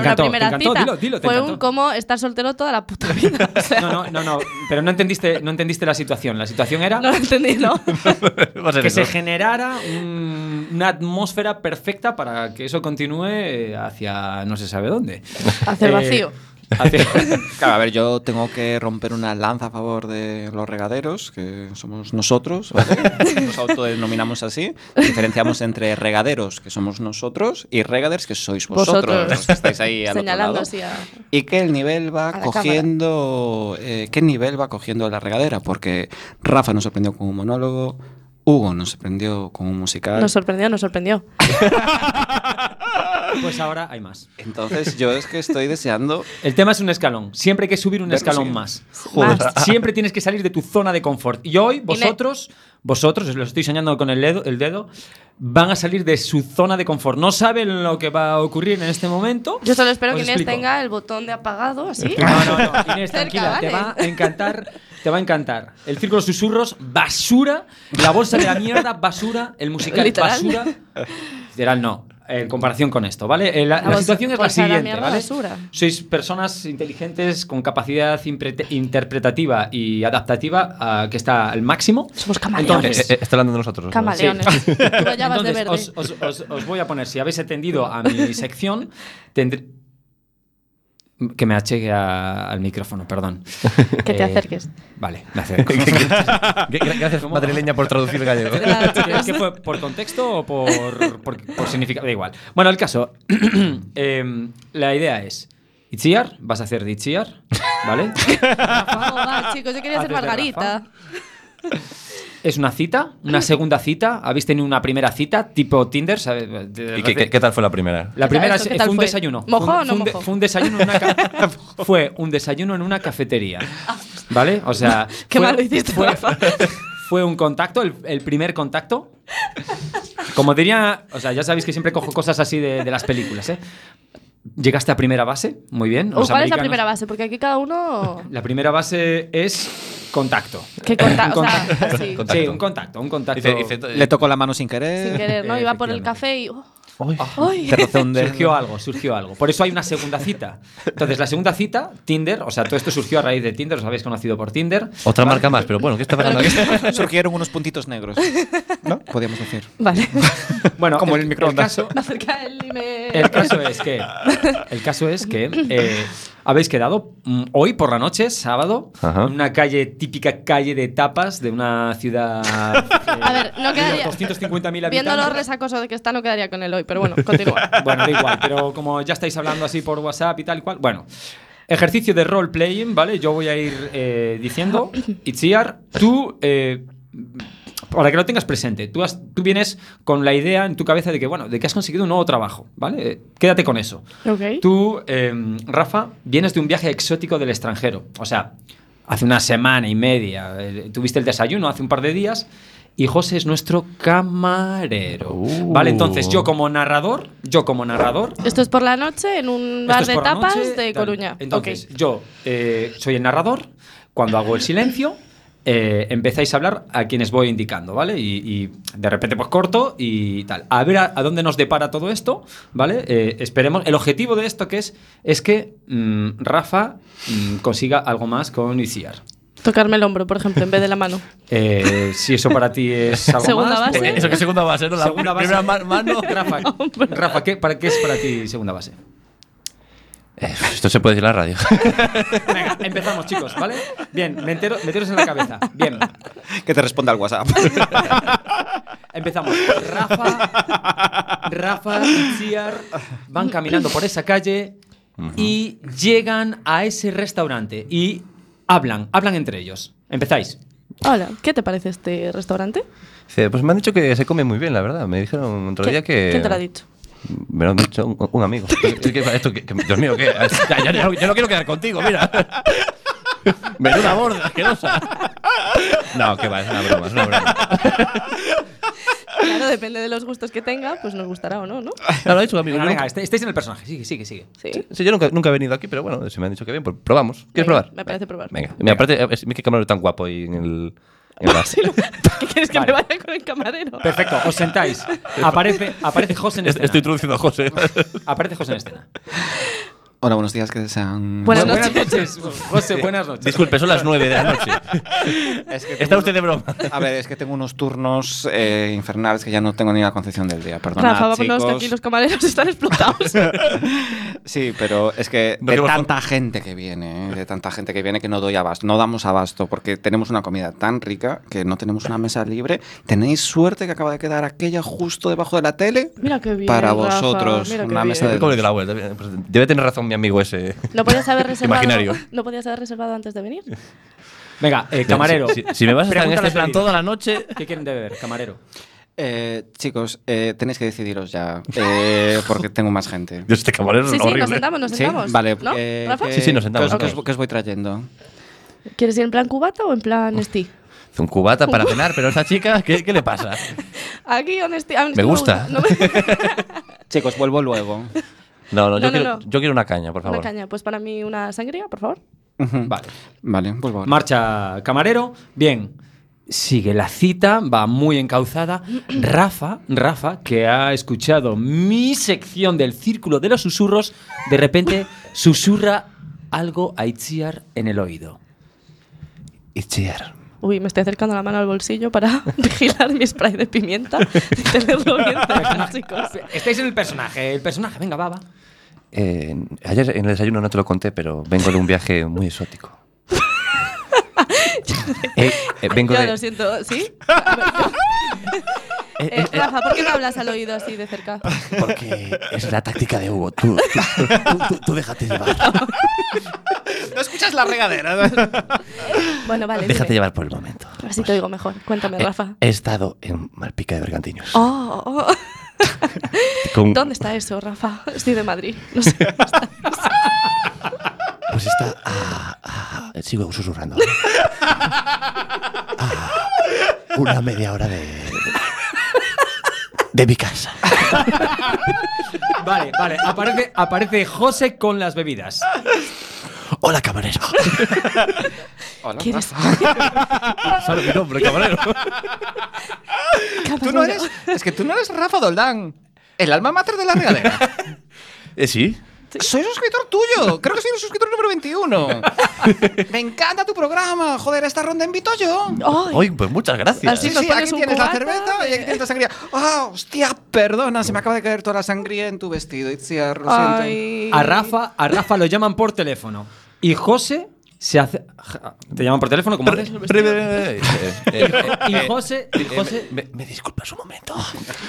encantó,
una primera
te encantó,
cita.
dilo, dilo, te
Fue
encantó.
un como estar soltero toda la puta vida. O sea,
No, no, no, no, pero no entendiste, no entendiste la situación. La situación era...
no lo entendí, ¿no?
¿eh? Va a ser
que
eso.
se generara un- una atmósfera perfecta para que eso continúe eh, hacia no se sabe dónde.
Hacia
Eh,
el vacío.
hacia-
Claro, a ver, yo tengo que romper una lanza a favor de los regaderos, que somos nosotros, ¿vale? nos autodenominamos así. Diferenciamos entre regaderos, que somos nosotros, y regaders, que sois vosotros,
Vosotros.
los que estáis ahí al otro
Señalando
lado.
así a...
Y que el nivel va
A la
cogiendo. eh, ¿Qué nivel va cogiendo la regadera? Porque Rafa nos sorprendió con un monólogo, Hugo nos sorprendió con un musical.
Nos sorprendió, nos sorprendió.
Pues ahora hay más.
Entonces, yo es que estoy deseando.
El tema es un escalón. Siempre hay que subir un
Verlo
escalón
siguiente.
más.
Joder.
Más. Siempre tienes que salir de tu zona de confort. Y hoy vosotros, vosotros, os lo estoy soñando con el dedo, el dedo, van a salir de su zona de confort. No saben lo que va a ocurrir en este momento.
Yo solo espero
Os
que Inés
explico.
tenga el botón de apagado, así.
No, no, no. Inés,
Cerca,
tranquila, te
¿vale?
va a encantar. Te va a encantar. El círculo de susurros, basura. La bolsa de la mierda, basura. El musical,
Literal.
basura. Literal, no. En comparación con esto, ¿vale? Eh, La, la
bolsa-
situación es la
bolsa de la
siguiente,
mierda,
¿vale?
basura.
Sois personas inteligentes con capacidad imprete- interpretativa y adaptativa ah, que está al máximo.
Somos camaleones.
Eh,
Entonces,
eh, está hablando de nosotros. ¿no?
Camaleones. Tú lo llamas de
entonces,
verde.
os, os- os- os voy a poner, si habéis atendido a mi sección, tendré... Que me achegue a- al micrófono, perdón.
Que te
Eh,
acerques.
Vale, me acerco.
Gra- gra- Gracias,
¿Cómo?
madrileña, por traducir gallego.
Claro,
¿Crees
chicos.
que fue por contexto o por, por, por significado? Da igual. Bueno, el caso. eh, em, la idea es Itziar, vas a hacer de Itziar, ¿vale?
Vamos, va, chicos, yo quería hacer
Antes de
margarita.
es una cita, una segunda cita. Habéis tenido una primera cita, tipo Tinder, ¿sabes?
¿Y qué, qué- qué tal fue la primera?
La primera
¿Eso
es-
qué tal
fue un
fue?
desayuno.
¿Mojó
Fue un-
o no
fue un de-
mojó?
fue un desayuno en una ca- fue un desayuno en una cafetería. ¿Vale? O sea,
Ah. Qué
fue,
mal lo hiciste,
fue,
Rafa.
fue un contacto, el, el primer contacto. Como diría, o sea, ya sabéis que siempre cojo cosas así de, de las películas, ¿eh? Llegaste a primera base, muy bien.
¿O
los
Uh, ¿Cuál es la
americanos-
primera base? Porque aquí cada uno.
La primera base es contacto.
Que conta, o sea,
contacto.
sí,
Contacto.
Sí, un contacto, un contacto.
Dice- dice-
Le tocó la mano sin
sin
querer.
querer, ¿no? Iba por el
Efectivamente.
café y. oh,
Uy,
¡Ay!
Te rozó un dedo.
ah.
Surgió algo, surgió algo. Por eso hay una segunda cita. Entonces, la segunda cita, Tinder, o sea, todo esto surgió a raíz de Tinder, os habéis conocido por Tinder.
Otra marca más, pero bueno, ¿qué está pasando aquí?
Surgieron unos puntitos negros. ¿No? Podíamos decir.
Vale.
Bueno,
Como el microondas.
caso,
Me acerca él y me.
el caso es que, el caso es que eh, habéis quedado mm, hoy por la noche, sábado,
Ajá.
en una calle, típica calle de tapas de una ciudad. eh,
A ver, no quedaría-
250.000 habitantes.
Viendo los resacosos de que está, no quedaría con él hoy, pero bueno, continúa.
Bueno, da igual, pero como ya estáis hablando así por WhatsApp y tal y cual. Bueno, ejercicio de role-playing, ¿vale? Yo voy a ir eh, diciendo. Itziar, tú. eh, para que lo tengas presente, tú, has- tú vienes con la idea en tu cabeza de que, bueno, de que has conseguido un nuevo trabajo, ¿vale? Eh, Quédate con eso.
Ok.
Tú, eh, Rafa, vienes de un viaje exótico del extranjero. O sea, hace una semana y media eh, tuviste el desayuno, hace un par de días, y José es nuestro camarero.
Uh.
Vale, entonces yo como narrador, yo como narrador...
Esto es por la noche en un
esto
bar
es
de
por la
tapas
noche,
de
tal.
Coruña.
Entonces,
Ok.
yo eh, soy el narrador, cuando hago el silencio... eh, empezáis a hablar a quienes voy indicando, ¿vale? Y, y de repente pues corto y tal. A ver a, a dónde nos depara todo esto, ¿vale? Eh, esperemos. El objetivo de esto que es es que mm, Rafa mm, consiga algo más con Iciar.
Tocarme el hombro, por ejemplo, en vez de la mano.
Eh, si eso para ti es algo
Segunda
más.
base.
pues-
Eso
que segunda base, ¿no? La
Segunda base.
primera ma- mano.
Rafa, Rafa, ¿qué, para, ¿qué es para ti segunda base?
Eh, Esto se puede decir en la radio.
Venga, empezamos, chicos, ¿vale? Bien, metero- meteros en la cabeza. Bien,
Que te responda al WhatsApp.
empezamos. Rafa, Rafa y Ciar van caminando por esa calle y llegan a ese restaurante y hablan, hablan entre ellos. Empezáis.
Hola, ¿qué te parece este restaurante?
Dice, Pues me han dicho que se come muy bien, la verdad. Me dijeron otro
¿Qué-
día que.
¿Quién te lo ha dicho?
Me lo ha dicho un, un amigo. ¿Qué- qué- esto qué- qué- Dios mío, ¿qué? Ya, ya- ya- ya no quiero quedar contigo, mira. Menuda borda, asquerosa. No, que va, es una broma, es una broma.
Claro, depende de los gustos que tenga, pues nos gustará o no, ¿no?
No, lo ha dicho un amigo.
Venga,
yo
venga,
nunca-
est- estáis en el personaje. Sigue, sigue, sigue.
Sí.
Sí, yo nunca, nunca he venido aquí, pero bueno, se me han dicho que bien, pues probamos. ¿Quieres
Venga,
probar?
Me parece probar.
Venga, me aparte, es mi camarero tan guapo ahí en el. En el bar.
¿Qué quieres que
Vale.
me vaya con el camarero?
Perfecto, os sentáis. Aparece, aparece José en
Es-
escena.
Estoy introduciendo a José.
Aparece José en escena.
Hola, buenos días, que sean.
Buenas
Bu-
noches.
noches, José, buenas noches.
Disculpe, son las 9 de la noche.
Es que
Está
tengo-
usted de broma.
A ver, es que tengo unos turnos eh, infernales que ya no tengo ni la concepción del día, perdona,
Rafa, vámonos, que
chicos.
aquí los camareros están explotados.
Sí, pero es que
No
de
tengo
tanta gente que viene, eh, de tanta gente que viene que no doy abasto, no damos abasto porque tenemos una comida tan rica que no tenemos una mesa libre. Tenéis suerte que acaba de quedar aquella justo debajo de la tele.
Mira qué bien.
Para
Rafa,
vosotros,
mira qué
una
bien.
mesa de-
¿Cómo le doy la vuelta? Pues debe tener razón mi amigo ese.
¿No podías, haber reservado,
Imaginario.
¿No podías haber reservado antes de venir?
Venga, eh, camarero.
Si, si- si me vas a estar en
Pregúntale
este plan
pedir.
toda la noche.
¿Qué quieren de beber, camarero?
Eh, chicos, eh, tenéis que decidiros ya eh, porque tengo más gente.
Dios, este camarero es
Sí, sí,
horrible.
nos sentamos, nos
Sí,
sentamos.
vale.
¿No?
eh,
¿Rafa?
que-
Sí, sí, nos sentamos,
que os- que os-
ok.
que os voy trayendo?
¿Quieres ir en plan cubata o en plan Steve?
Es un cubata
Uh.
para cenar, pero esta chica, ¿qué, qué le pasa?
Aquí, honesti, a mí
Me
no
gusta.
no me-
Chicos, vuelvo luego.
No, no, yo,
No, no,
quiero,
no.
yo quiero una caña, por favor.
Una caña, pues para mí una sangría, por favor.
Vale.
Vale, vuelvo. ahora.
Marcha camarero. Bien. Sigue la cita, va muy encauzada. Rafa, Rafa, que ha escuchado mi sección del círculo de los susurros, de repente susurra algo a Itziar en el oído.
Itziar.
Uy, me estoy acercando la mano al bolsillo para vigilar mi spray de pimienta y tenerlo bien cerca, chicos.
Estáis en el personaje, el personaje, venga, va, va.
Eh, ayer en el desayuno no te lo conté, pero vengo de un viaje muy exótico. Eh, eh, vengo
Yo
de-
lo siento, ¿sí? A ver, Eh, Rafa, ¿por qué me hablas al oído así de cerca?
Porque es la táctica de Hugo. Tú, tú, tú- tú- tú déjate llevar.
No escuchas la regadera.
Bueno, vale.
Déjate
dime.
llevar por el momento.
Así te digo mejor. Cuéntame,
Eh,
Rafa.
He estado en Malpica de Bergantiños.
Oh, oh.
Con-
¿Dónde está eso, Rafa? Estoy de Madrid. No sé.
Pues está. ah, ah, sigo susurrando. Ah, una media hora de. de mi casa.
vale, vale. Aparece, aparece José con las bebidas.
Hola, camarero.
Hola,
¿Quieres?
Solo mi nombre, camarero.
Tú no eres, es que tú no eres Rafa Doldán, el alma mater de la regadera.
Eh, ¿Sí?
Soy suscriptor tuyo, creo que soy un suscriptor número 21. Me encanta tu programa, joder, esta ronda invito yo.
Ay,
Oye, pues muchas gracias.
Así-
Sí,
nos
sí,
pones
aquí
un
tienes la
cubata,
cerveza y aquí
eh.
tienes la sangría. ¡Ah, hostia, perdona! Se me acaba de caer toda la sangría en tu vestido, Itziar, lo siento.
ay.
A Rafa, a Rafa lo llaman por teléfono. Y José se hace. ¿Te llaman por teléfono? ¿Cómo haces? Y José, y José,
Me, me disculpas un momento.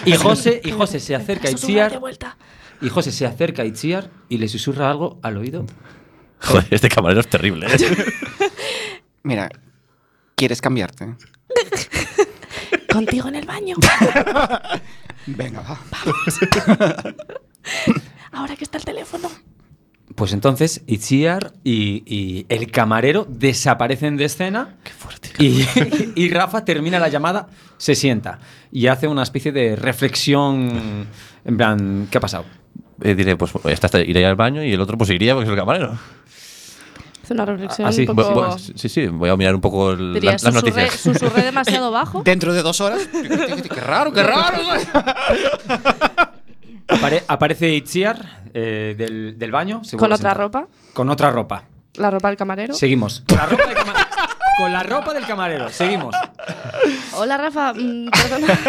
y José, y José se acerca a
Eso es un dar de
Itziar.
vuelta.
Y José se acerca a Itziar y le susurra algo al oído.
Joder, este camarero es terrible. ¿eh?
Mira, ¿quieres cambiarte?
Contigo en el baño.
Venga, va.
Ahora que está el teléfono.
Pues entonces Itziar y, y el camarero desaparecen de escena. Qué fuerte. Y, y Rafa termina la llamada, se sienta y hace una especie de reflexión. En plan, ¿qué ha pasado?
Eh, diré, pues esta, esta iré al baño y el otro pues iría porque es el camarero.
Es una reflexión
Así,
Bu-
un poco...
bu- Ah, sí, sí, voy a mirar un poco el- la-
diría,
las
susurré,
noticias.
susurré demasiado bajo.
Dentro de dos horas. ¡Qué raro, qué raro!
Apare- aparece Itziar eh, del, del baño. se
Con
vuelve a
otra
sentar.
ropa.
Con otra ropa.
La ropa del camarero.
Seguimos. Con la ropa del cama- con la ropa del camarero. Seguimos.
Hola, Rafa. Mm, perdona.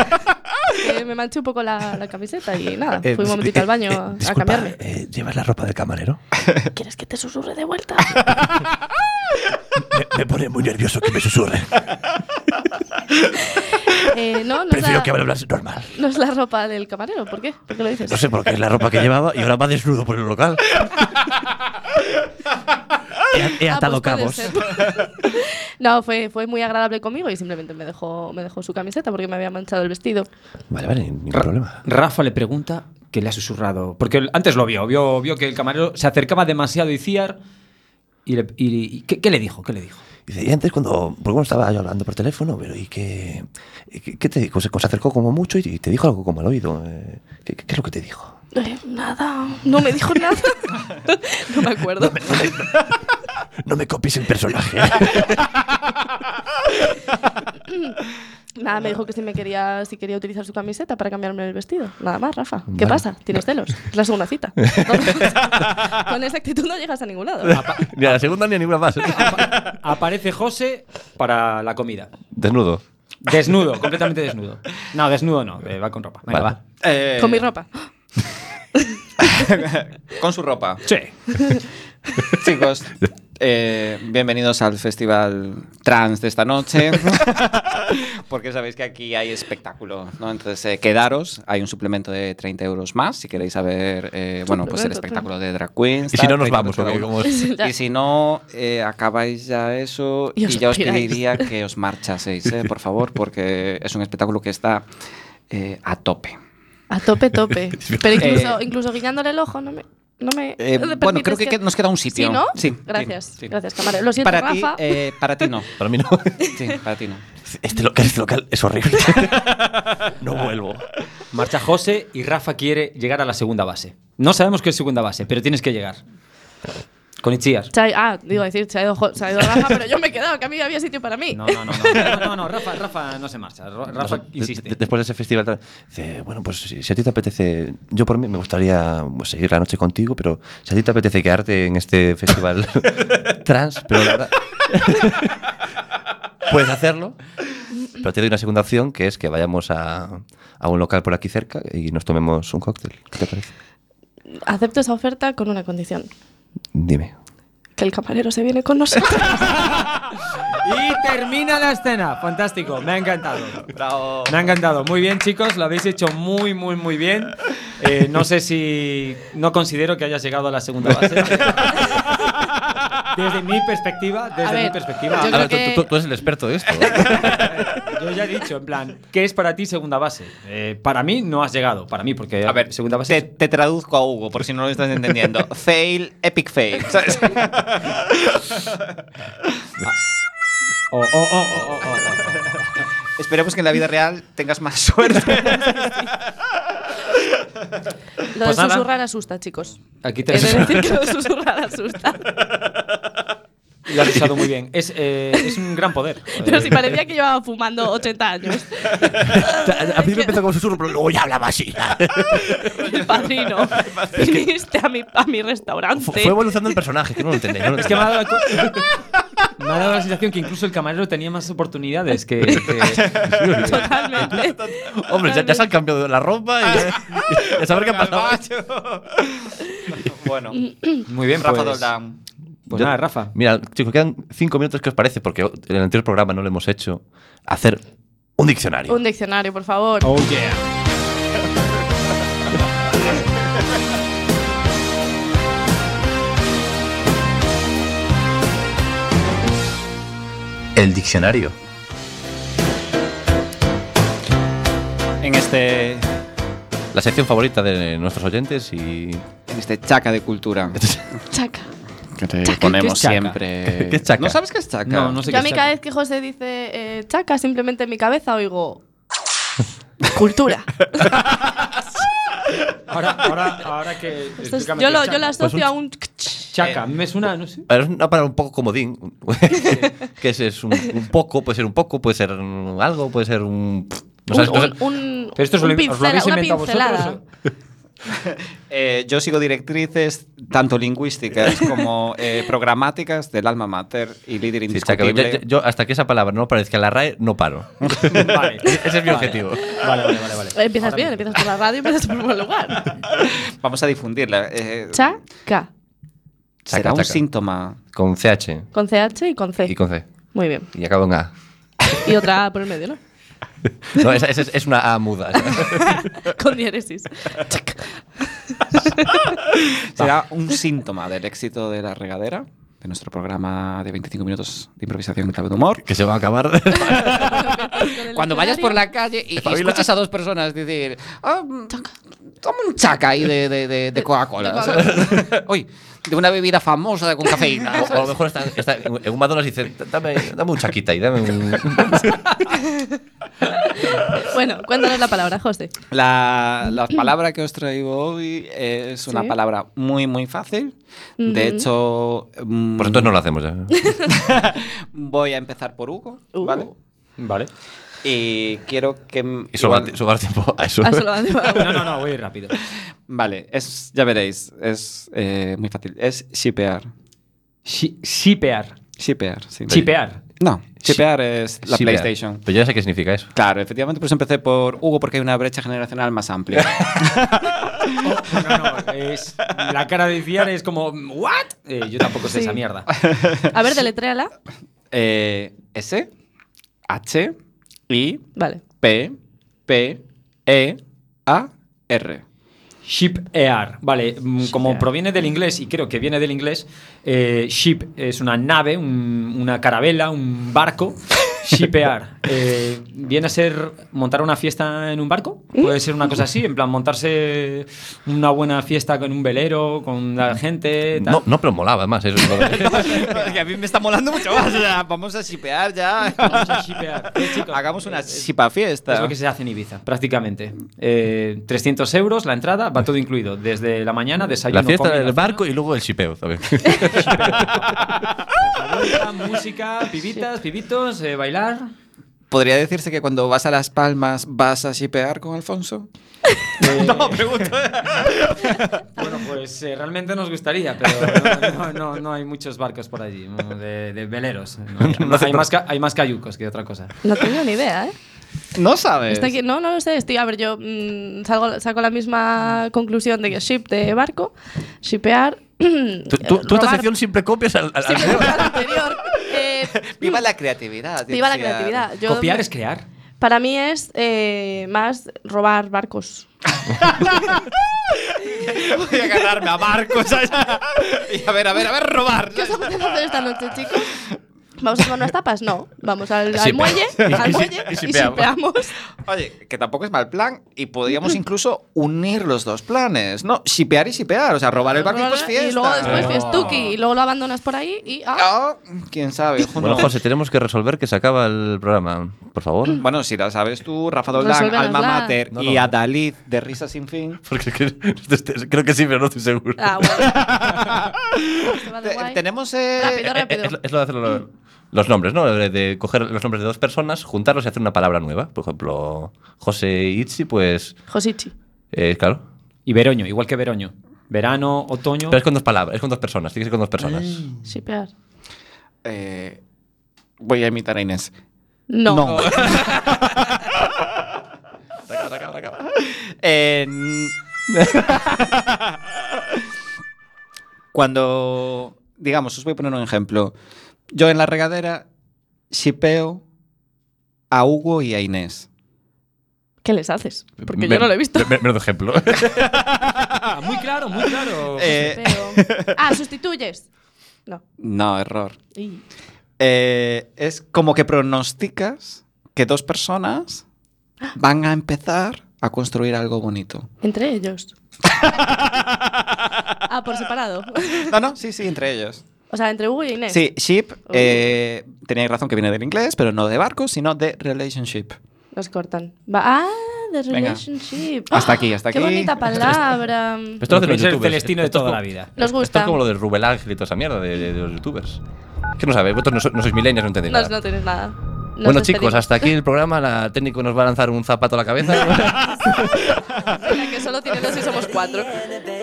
que me manché un poco la, la camiseta y nada.
Eh,
fui un momentito
eh,
al baño
eh,
a- a
disculpa,
cambiarme.
eh, ¿Llevas la ropa del camarero?
¿Quieres que te susurre de vuelta?
me, me pone muy nervioso que me susurre.
Eh, no, no es,
Prefiero
la,
que me hablas normal.
no es la ropa del camarero. ¿Por qué? ¿Por qué lo dices?
No sé por qué es la ropa que llevaba y ahora va desnudo por el local. He, he
Ah,
atado
pues puede
cabos.
ser. no, fue, fue muy agradable conmigo y simplemente me dejó, me dejó su camiseta porque me había manchado el vestido.
Vale, vale, ningún problema.
Rafa le pregunta que le ha susurrado. Porque él antes lo vio, vio, vio que el camarero se acercaba demasiado a Iciar. ¿Y, le- y- y- ¿qué, qué le dijo? ¿Qué le dijo?
Dice, y antes cuando, porque bueno, estaba yo hablando por teléfono, pero ¿y qué, qué, qué te dijo? Se, se acercó como mucho y, y te dijo algo como al oído. eh, ¿Qué, qué- qué es lo que te dijo?
Eh, nada, no me dijo nada. no me acuerdo.
No me copies el personaje.
Nada, me dijo que si me quería, si quería utilizar su camiseta para cambiarme el vestido. Nada más, Rafa. ¿Qué
Vale.
pasa? ¿Tienes celos? Es la segunda cita. No, Con esa actitud no llegas a ningún lado.
ni a la segunda ni a ninguna más.
Aparece José para la comida.
Desnudo.
Desnudo, completamente desnudo. No, desnudo no, eh, va con ropa. Venga,
Vale.
va.
Eh,
Con mi ropa.
Con su ropa.
Sí.
Chicos, eh, bienvenidos al festival trans de esta noche. Porque sabéis que aquí hay espectáculo, ¿no? Entonces, eh, quedaros. Hay un suplemento de 30 euros más si queréis saber, eh, bueno, pues el
Suplemento,
espectáculo de drag queens.
Y si no,
tal,
nos
30
vamos.
euros
Porque
cada uno.
como es-
Ya.
Y si no, eh, acabáis ya eso
Y
y,
os
ya os
piráis.
pediría que os marchaseis, eh, por favor, porque es un espectáculo que está eh, a tope.
A tope, tope. Pero incluso,
Eh,
incluso guiñándole el ojo, no me. No me
Eh,
¿me
bueno,
permites
creo que, que nos queda un sitio.
¿Sí, no?
Sí.
Gracias.
sí, sí.
Gracias, camarero. Lo siento,
Para ti,
Rafa.
eh, para ti no.
Para mí no.
Sí, para ti no.
Este local, este local es horrible. No vuelvo.
Marcha José y Rafa quiere llegar a la segunda base. No sabemos qué es segunda base, pero tienes que llegar. Con Itziar.
Se ha- ah, digo decir, se ha ido, jo- se ha ido Rafa, pero yo me he quedado, que a mí había sitio para mí.
No, no, no, no, no, no, no, Rafa, Rafa no se marcha. Ro- Rafa
Nosotros, de- de-
insiste.
después de ese festival, tal, dice, bueno, pues si, si a ti te apetece, yo por mí me gustaría pues, seguir la noche contigo, pero si a ti te apetece quedarte en este festival trans, pero la verdad, puedes hacerlo. Pero te doy una segunda opción, que es que vayamos a, a un local por aquí cerca y nos tomemos un cóctel. ¿Qué te parece?
Acepto esa oferta con una condición.
Dime.
Que el camarero se viene con nosotros.
Y termina la escena. Fantástico, me ha encantado.
Bravo.
Me ha encantado. Muy bien, chicos, lo habéis hecho muy, muy, muy bien. Eh, no sé si. No considero que hayas llegado a la segunda base. Desde mi perspectiva, desde
A ver,
mi perspectiva.
yo creo
Ahora,
Ahora, tú- que- tú- tú
eres el experto de esto.
¿eh? Yo ya he dicho, en plan, ¿qué es para ti segunda base? Eh, para mí no has llegado, para mí, porque
A ver,
segunda base.
Te, te traduzco a Hugo, por si no lo estás entendiendo. fail, epic fail. ¿sabes?
Oh, oh, oh, oh, oh, oh, oh.
Esperemos que en la vida real tengas más suerte.
Lo
Pues
de
nada.
susurrar asusta, chicos.
Aquí
He de
tenemos.
decir que lo de susurrar asusta.
Lo has usado muy bien. Es, eh, es un gran poder.
Pero
Eh,
si parecía que llevaba fumando 80 años.
A mí me empezó como susurro, pero luego ya hablaba así.
Padrino, viniste a mi, a mi
Fu-
restaurante.
Fue evolucionando el personaje, que no lo entendéis. no lo
Es que me ha,
entendéis.
dado la cu- me ha dado la sensación que incluso el camarero tenía más oportunidades que. que-
Totalmente.
Hombre, ya, ya se han cambiado la ropa y ya, ya saber qué ha pasado.
bueno,
Muy bien,
Rafa
pues.
Doldán.
Pues
Yo-
nada, Rafa.
Mira, chicos, quedan cinco minutos, ¿qué os parece? Porque en el anterior programa no lo hemos hecho. Hacer un diccionario.
Un diccionario, por favor.
Oh yeah.
El diccionario.
En este,
La sección favorita de nuestros oyentes y...
en este chaca de cultura
Chaca.
que te
¿qué es
ponemos
chaca?
siempre.
¿Qué es chaca?
¿No sabes qué es chaca?
No, no sé
Yo a
qué
mí
es
cada vez que José dice eh, chaca, simplemente en mi cabeza oigo cultura.
Ahora, ahora, ahora que.
Esto es-
explícame
yo,
qué
lo,
es
yo lo
chaca.
asocio
Pues un-
a un... kch.
Eh.
Chaca, me suena, no sé.
A ver, es una palabra un poco comodín. que es, es un, un poco, puede ser un poco, puede ser un algo, puede ser un... No sabes,
un,
no sabes-
un- un-
Pero pues esto os lo
un
habéis- os lo habéis
pincela- una
inventado
pincelada.
vosotros.
Eh, yo sigo directrices tanto lingüísticas como eh, programáticas del alma mater y líder
Sí, chaca,
indiscutible.
yo- yo, yo hasta que esa palabra no aparezca en la RAE, no paro.
Vale.
Ese es mi
Vale.
objetivo.
Vale, vale, vale. vale.
Empiezas
Ahora
bien,
mismo.
empiezas por la radio, empiezas por un buen lugar.
Vamos a difundirla. eh,
Chaca.
será
Chaca,
un
chaca.
síntoma.
Con CH
Con CH y con C.
y con C.
Muy bien.
Y acabo en A.
Y otra A por el medio, ¿no?
No, esa- esa es, es una A muda.
Con diéresis. Chaca.
¿Será un síntoma del éxito de la regadera? De nuestro programa de 25 minutos de improvisación en clave de humor.
que se va a acabar.
Con el
Cuando vayas por la calle y, y escuches a dos personas decir, "Ah, mm, toma un chaca ahí de, de- de- de Coca-Cola. ¿sabes? Oye, de una bebida famosa con cafeína.
O, o a lo mejor está, está en un McDonald's y dice, dame, dame un chaquita y dame un... Pues
diccionario. Bueno, cuéntanos la palabra, José.
La, la palabra que os traigo hoy es una
Sí.
palabra muy, muy fácil. De
Ujú.
hecho, mm,
Pues entonces no lo hacemos ya.
voy a empezar por Hugo,
Uh.
¿vale?
Vale.
Y quiero que... m-
Y solo va,
igual-
solo va a dar tiempo a eso.
Ah, solo antes-
No, no, no, voy rápido.
Vale, es, ya veréis, es eh, muy fácil. Es shipear.
Shi- Shipear.
Shipear, sí.
Chipear.
No, shipear es la
Sí, mira.
PlayStation.
Pero yo ya sé qué significa eso.
Claro, efectivamente, por eso empecé por Hugo, porque hay una brecha generacional más amplia.
Oh, No, no, no, es, la cara de Ciar es como, ¿what? Eh, yo tampoco sé
Sí.
esa mierda.
A ver, deletréala.
Eh, S, H, I,
Vale.
P, P, E, A, R.
Shipear. Vale, mm, como
Shipear.
proviene del inglés, y creo que viene del inglés, eh, ship es una nave, un- una carabela, un barco. Shipear. eh, ¿Viene a ser montar una fiesta en un barco? Puede ser una cosa así, en plan montarse una buena fiesta con un velero, con la gente. Eh, Tal.
No, no, pero molaba además. Eso
a mí me está molando mucho más. Ah, vamos a shipear ya.
Vamos a shipear. Eh, chicos,
Hagamos una
eh, eh,
shipa fiesta.
Es lo que se hace en Ibiza, prácticamente. Eh, 300 euros la entrada, va todo incluido. Desde la mañana, desayuno,
la fiesta
comida,
del
cena,
barco y luego el shipeo también.
música, música, pibitas, pibitos, eh, bailar.
¿Podría decirse que cuando vas a Las Palmas vas a shipear con Alfonso?
Eh,
pregunto.
Bueno, pues eh, realmente nos gustaría, pero no, no- no- no hay muchos barcos por allí, no, de, de veleros. No hay,
No hace
hay más ca- hay más cayucos que otra cosa.
No tengo ni idea, ¿eh?
No sabes.
Está aquí- no, no lo sé. Estoy, a ver, yo mm, salgo, saco la misma conclusión de que ship de barco, shipear.
Tú, tú, tú esta
robar-
sección siempre copias al... al- al-
Siempre robar anterior. Eh, Eh,
Viva la creatividad.
Viva la
decía.
creatividad. Yo
Copiar
me-
es crear.
Para mí es eh, más robar barcos.
Voy a agarrarme a barcos. ¿sabes? y a ver, a ver, a ver, robar.
¿Qué os apetece hacer esta noche, chicos? ¿Vamos a tomar unas tapas? No. Vamos al, al
Shipeamos.
muelle,
Y-
al
y-
muelle
y
y
shipeamos.
shipeamos.
Oye, que tampoco es mal plan. Y podríamos incluso unir los dos planes, ¿no? Shipear y shipear. O sea, robar el barco y pues fiesta.
Y luego después
Oh.
fiestuki y luego lo abandonas por ahí y... ah.
¿Quién sabe?
Bueno, José, tenemos que resolver que se acaba el programa, por favor.
Bueno, si la sabes tú, Rafa Doldán,
Resuélvenosla.
Alma Mater
No,
y
no.
Adalid de Risa Sin Fin.
Porque creo- este- creo que sí, pero no estoy seguro.
Ah, bueno. Se va de
Te-
guay.
tenemos. eh,
Rápido, rápido.
Es, lo- es lo de hacer lo- los nombres, ¿no? De, de coger los nombres de dos personas, juntarlos y hacer una palabra nueva. Por ejemplo, José Itzi, pues.
Josichi.
eh, claro.
Y veroño, igual que veroño. Verano, otoño.
Pero es con dos palabras, es con dos personas, tiene que ser con dos personas.
Shipear.
eh, voy a imitar a Inés.
No.
En- Cuando, digamos, os voy a poner un ejemplo. Yo en la regadera shipeo a Hugo y a Inés.
¿Qué les haces?
Me-
Porque yo no lo he visto.
me- me- Menudo ejemplo.
Ah, muy claro, muy claro.
Eh,
Pero- Ah, sustituyes. No.
no, error.
Y-
Eh, es como que pronosticas que dos personas van a empezar a construir algo bonito.
Entre ellos. ah, por separado.
No, no, sí, sí, entre ellos.
o sea, entre Hugo y Inés.
Sí, ship, eh, teníais razón que viene del inglés, pero no de barco, sino de relationship.
Nos cortan. Va- ah, the
Venga.
relationship. Ah,
Hasta aquí, hasta
Qué
aquí.
bonita palabra.
Esto lo hacen
Lo que
los
es el
youtubers.
Celestino de
Esto es
toda
como-
la vida.
pues
Nos
Esto
gusta.
es como lo de Rubel Ángel y toda esa mierda de, de- de los youtubers. Que no sabéis, vosotros no, so- no sois milenios, no entendéis
No,
nada.
no tienes nada. Nos
bueno,
despedimos.
chicos, hasta aquí el programa. La técnico nos va a lanzar un zapato a la cabeza.
Venga, que solo tiene dos y somos cuatro.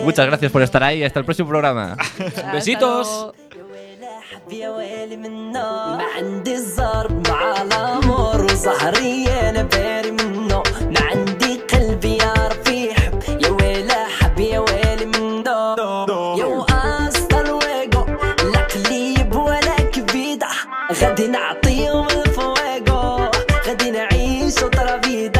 Muchas gracias por estar ahí. Hasta el próximo programa.
Hasta
Besitos.
luego.
يا ويلي من النار ما عندي الزرب مع الامور وسهري انا باري منه ما عندي قلبي يعرف يحب يا ويلا حب يا ويلي من دار يا واصل الويقو لا قليب ولا كبيدة غادي نعطيهم الفويقو غادي نعيشو طرابيدة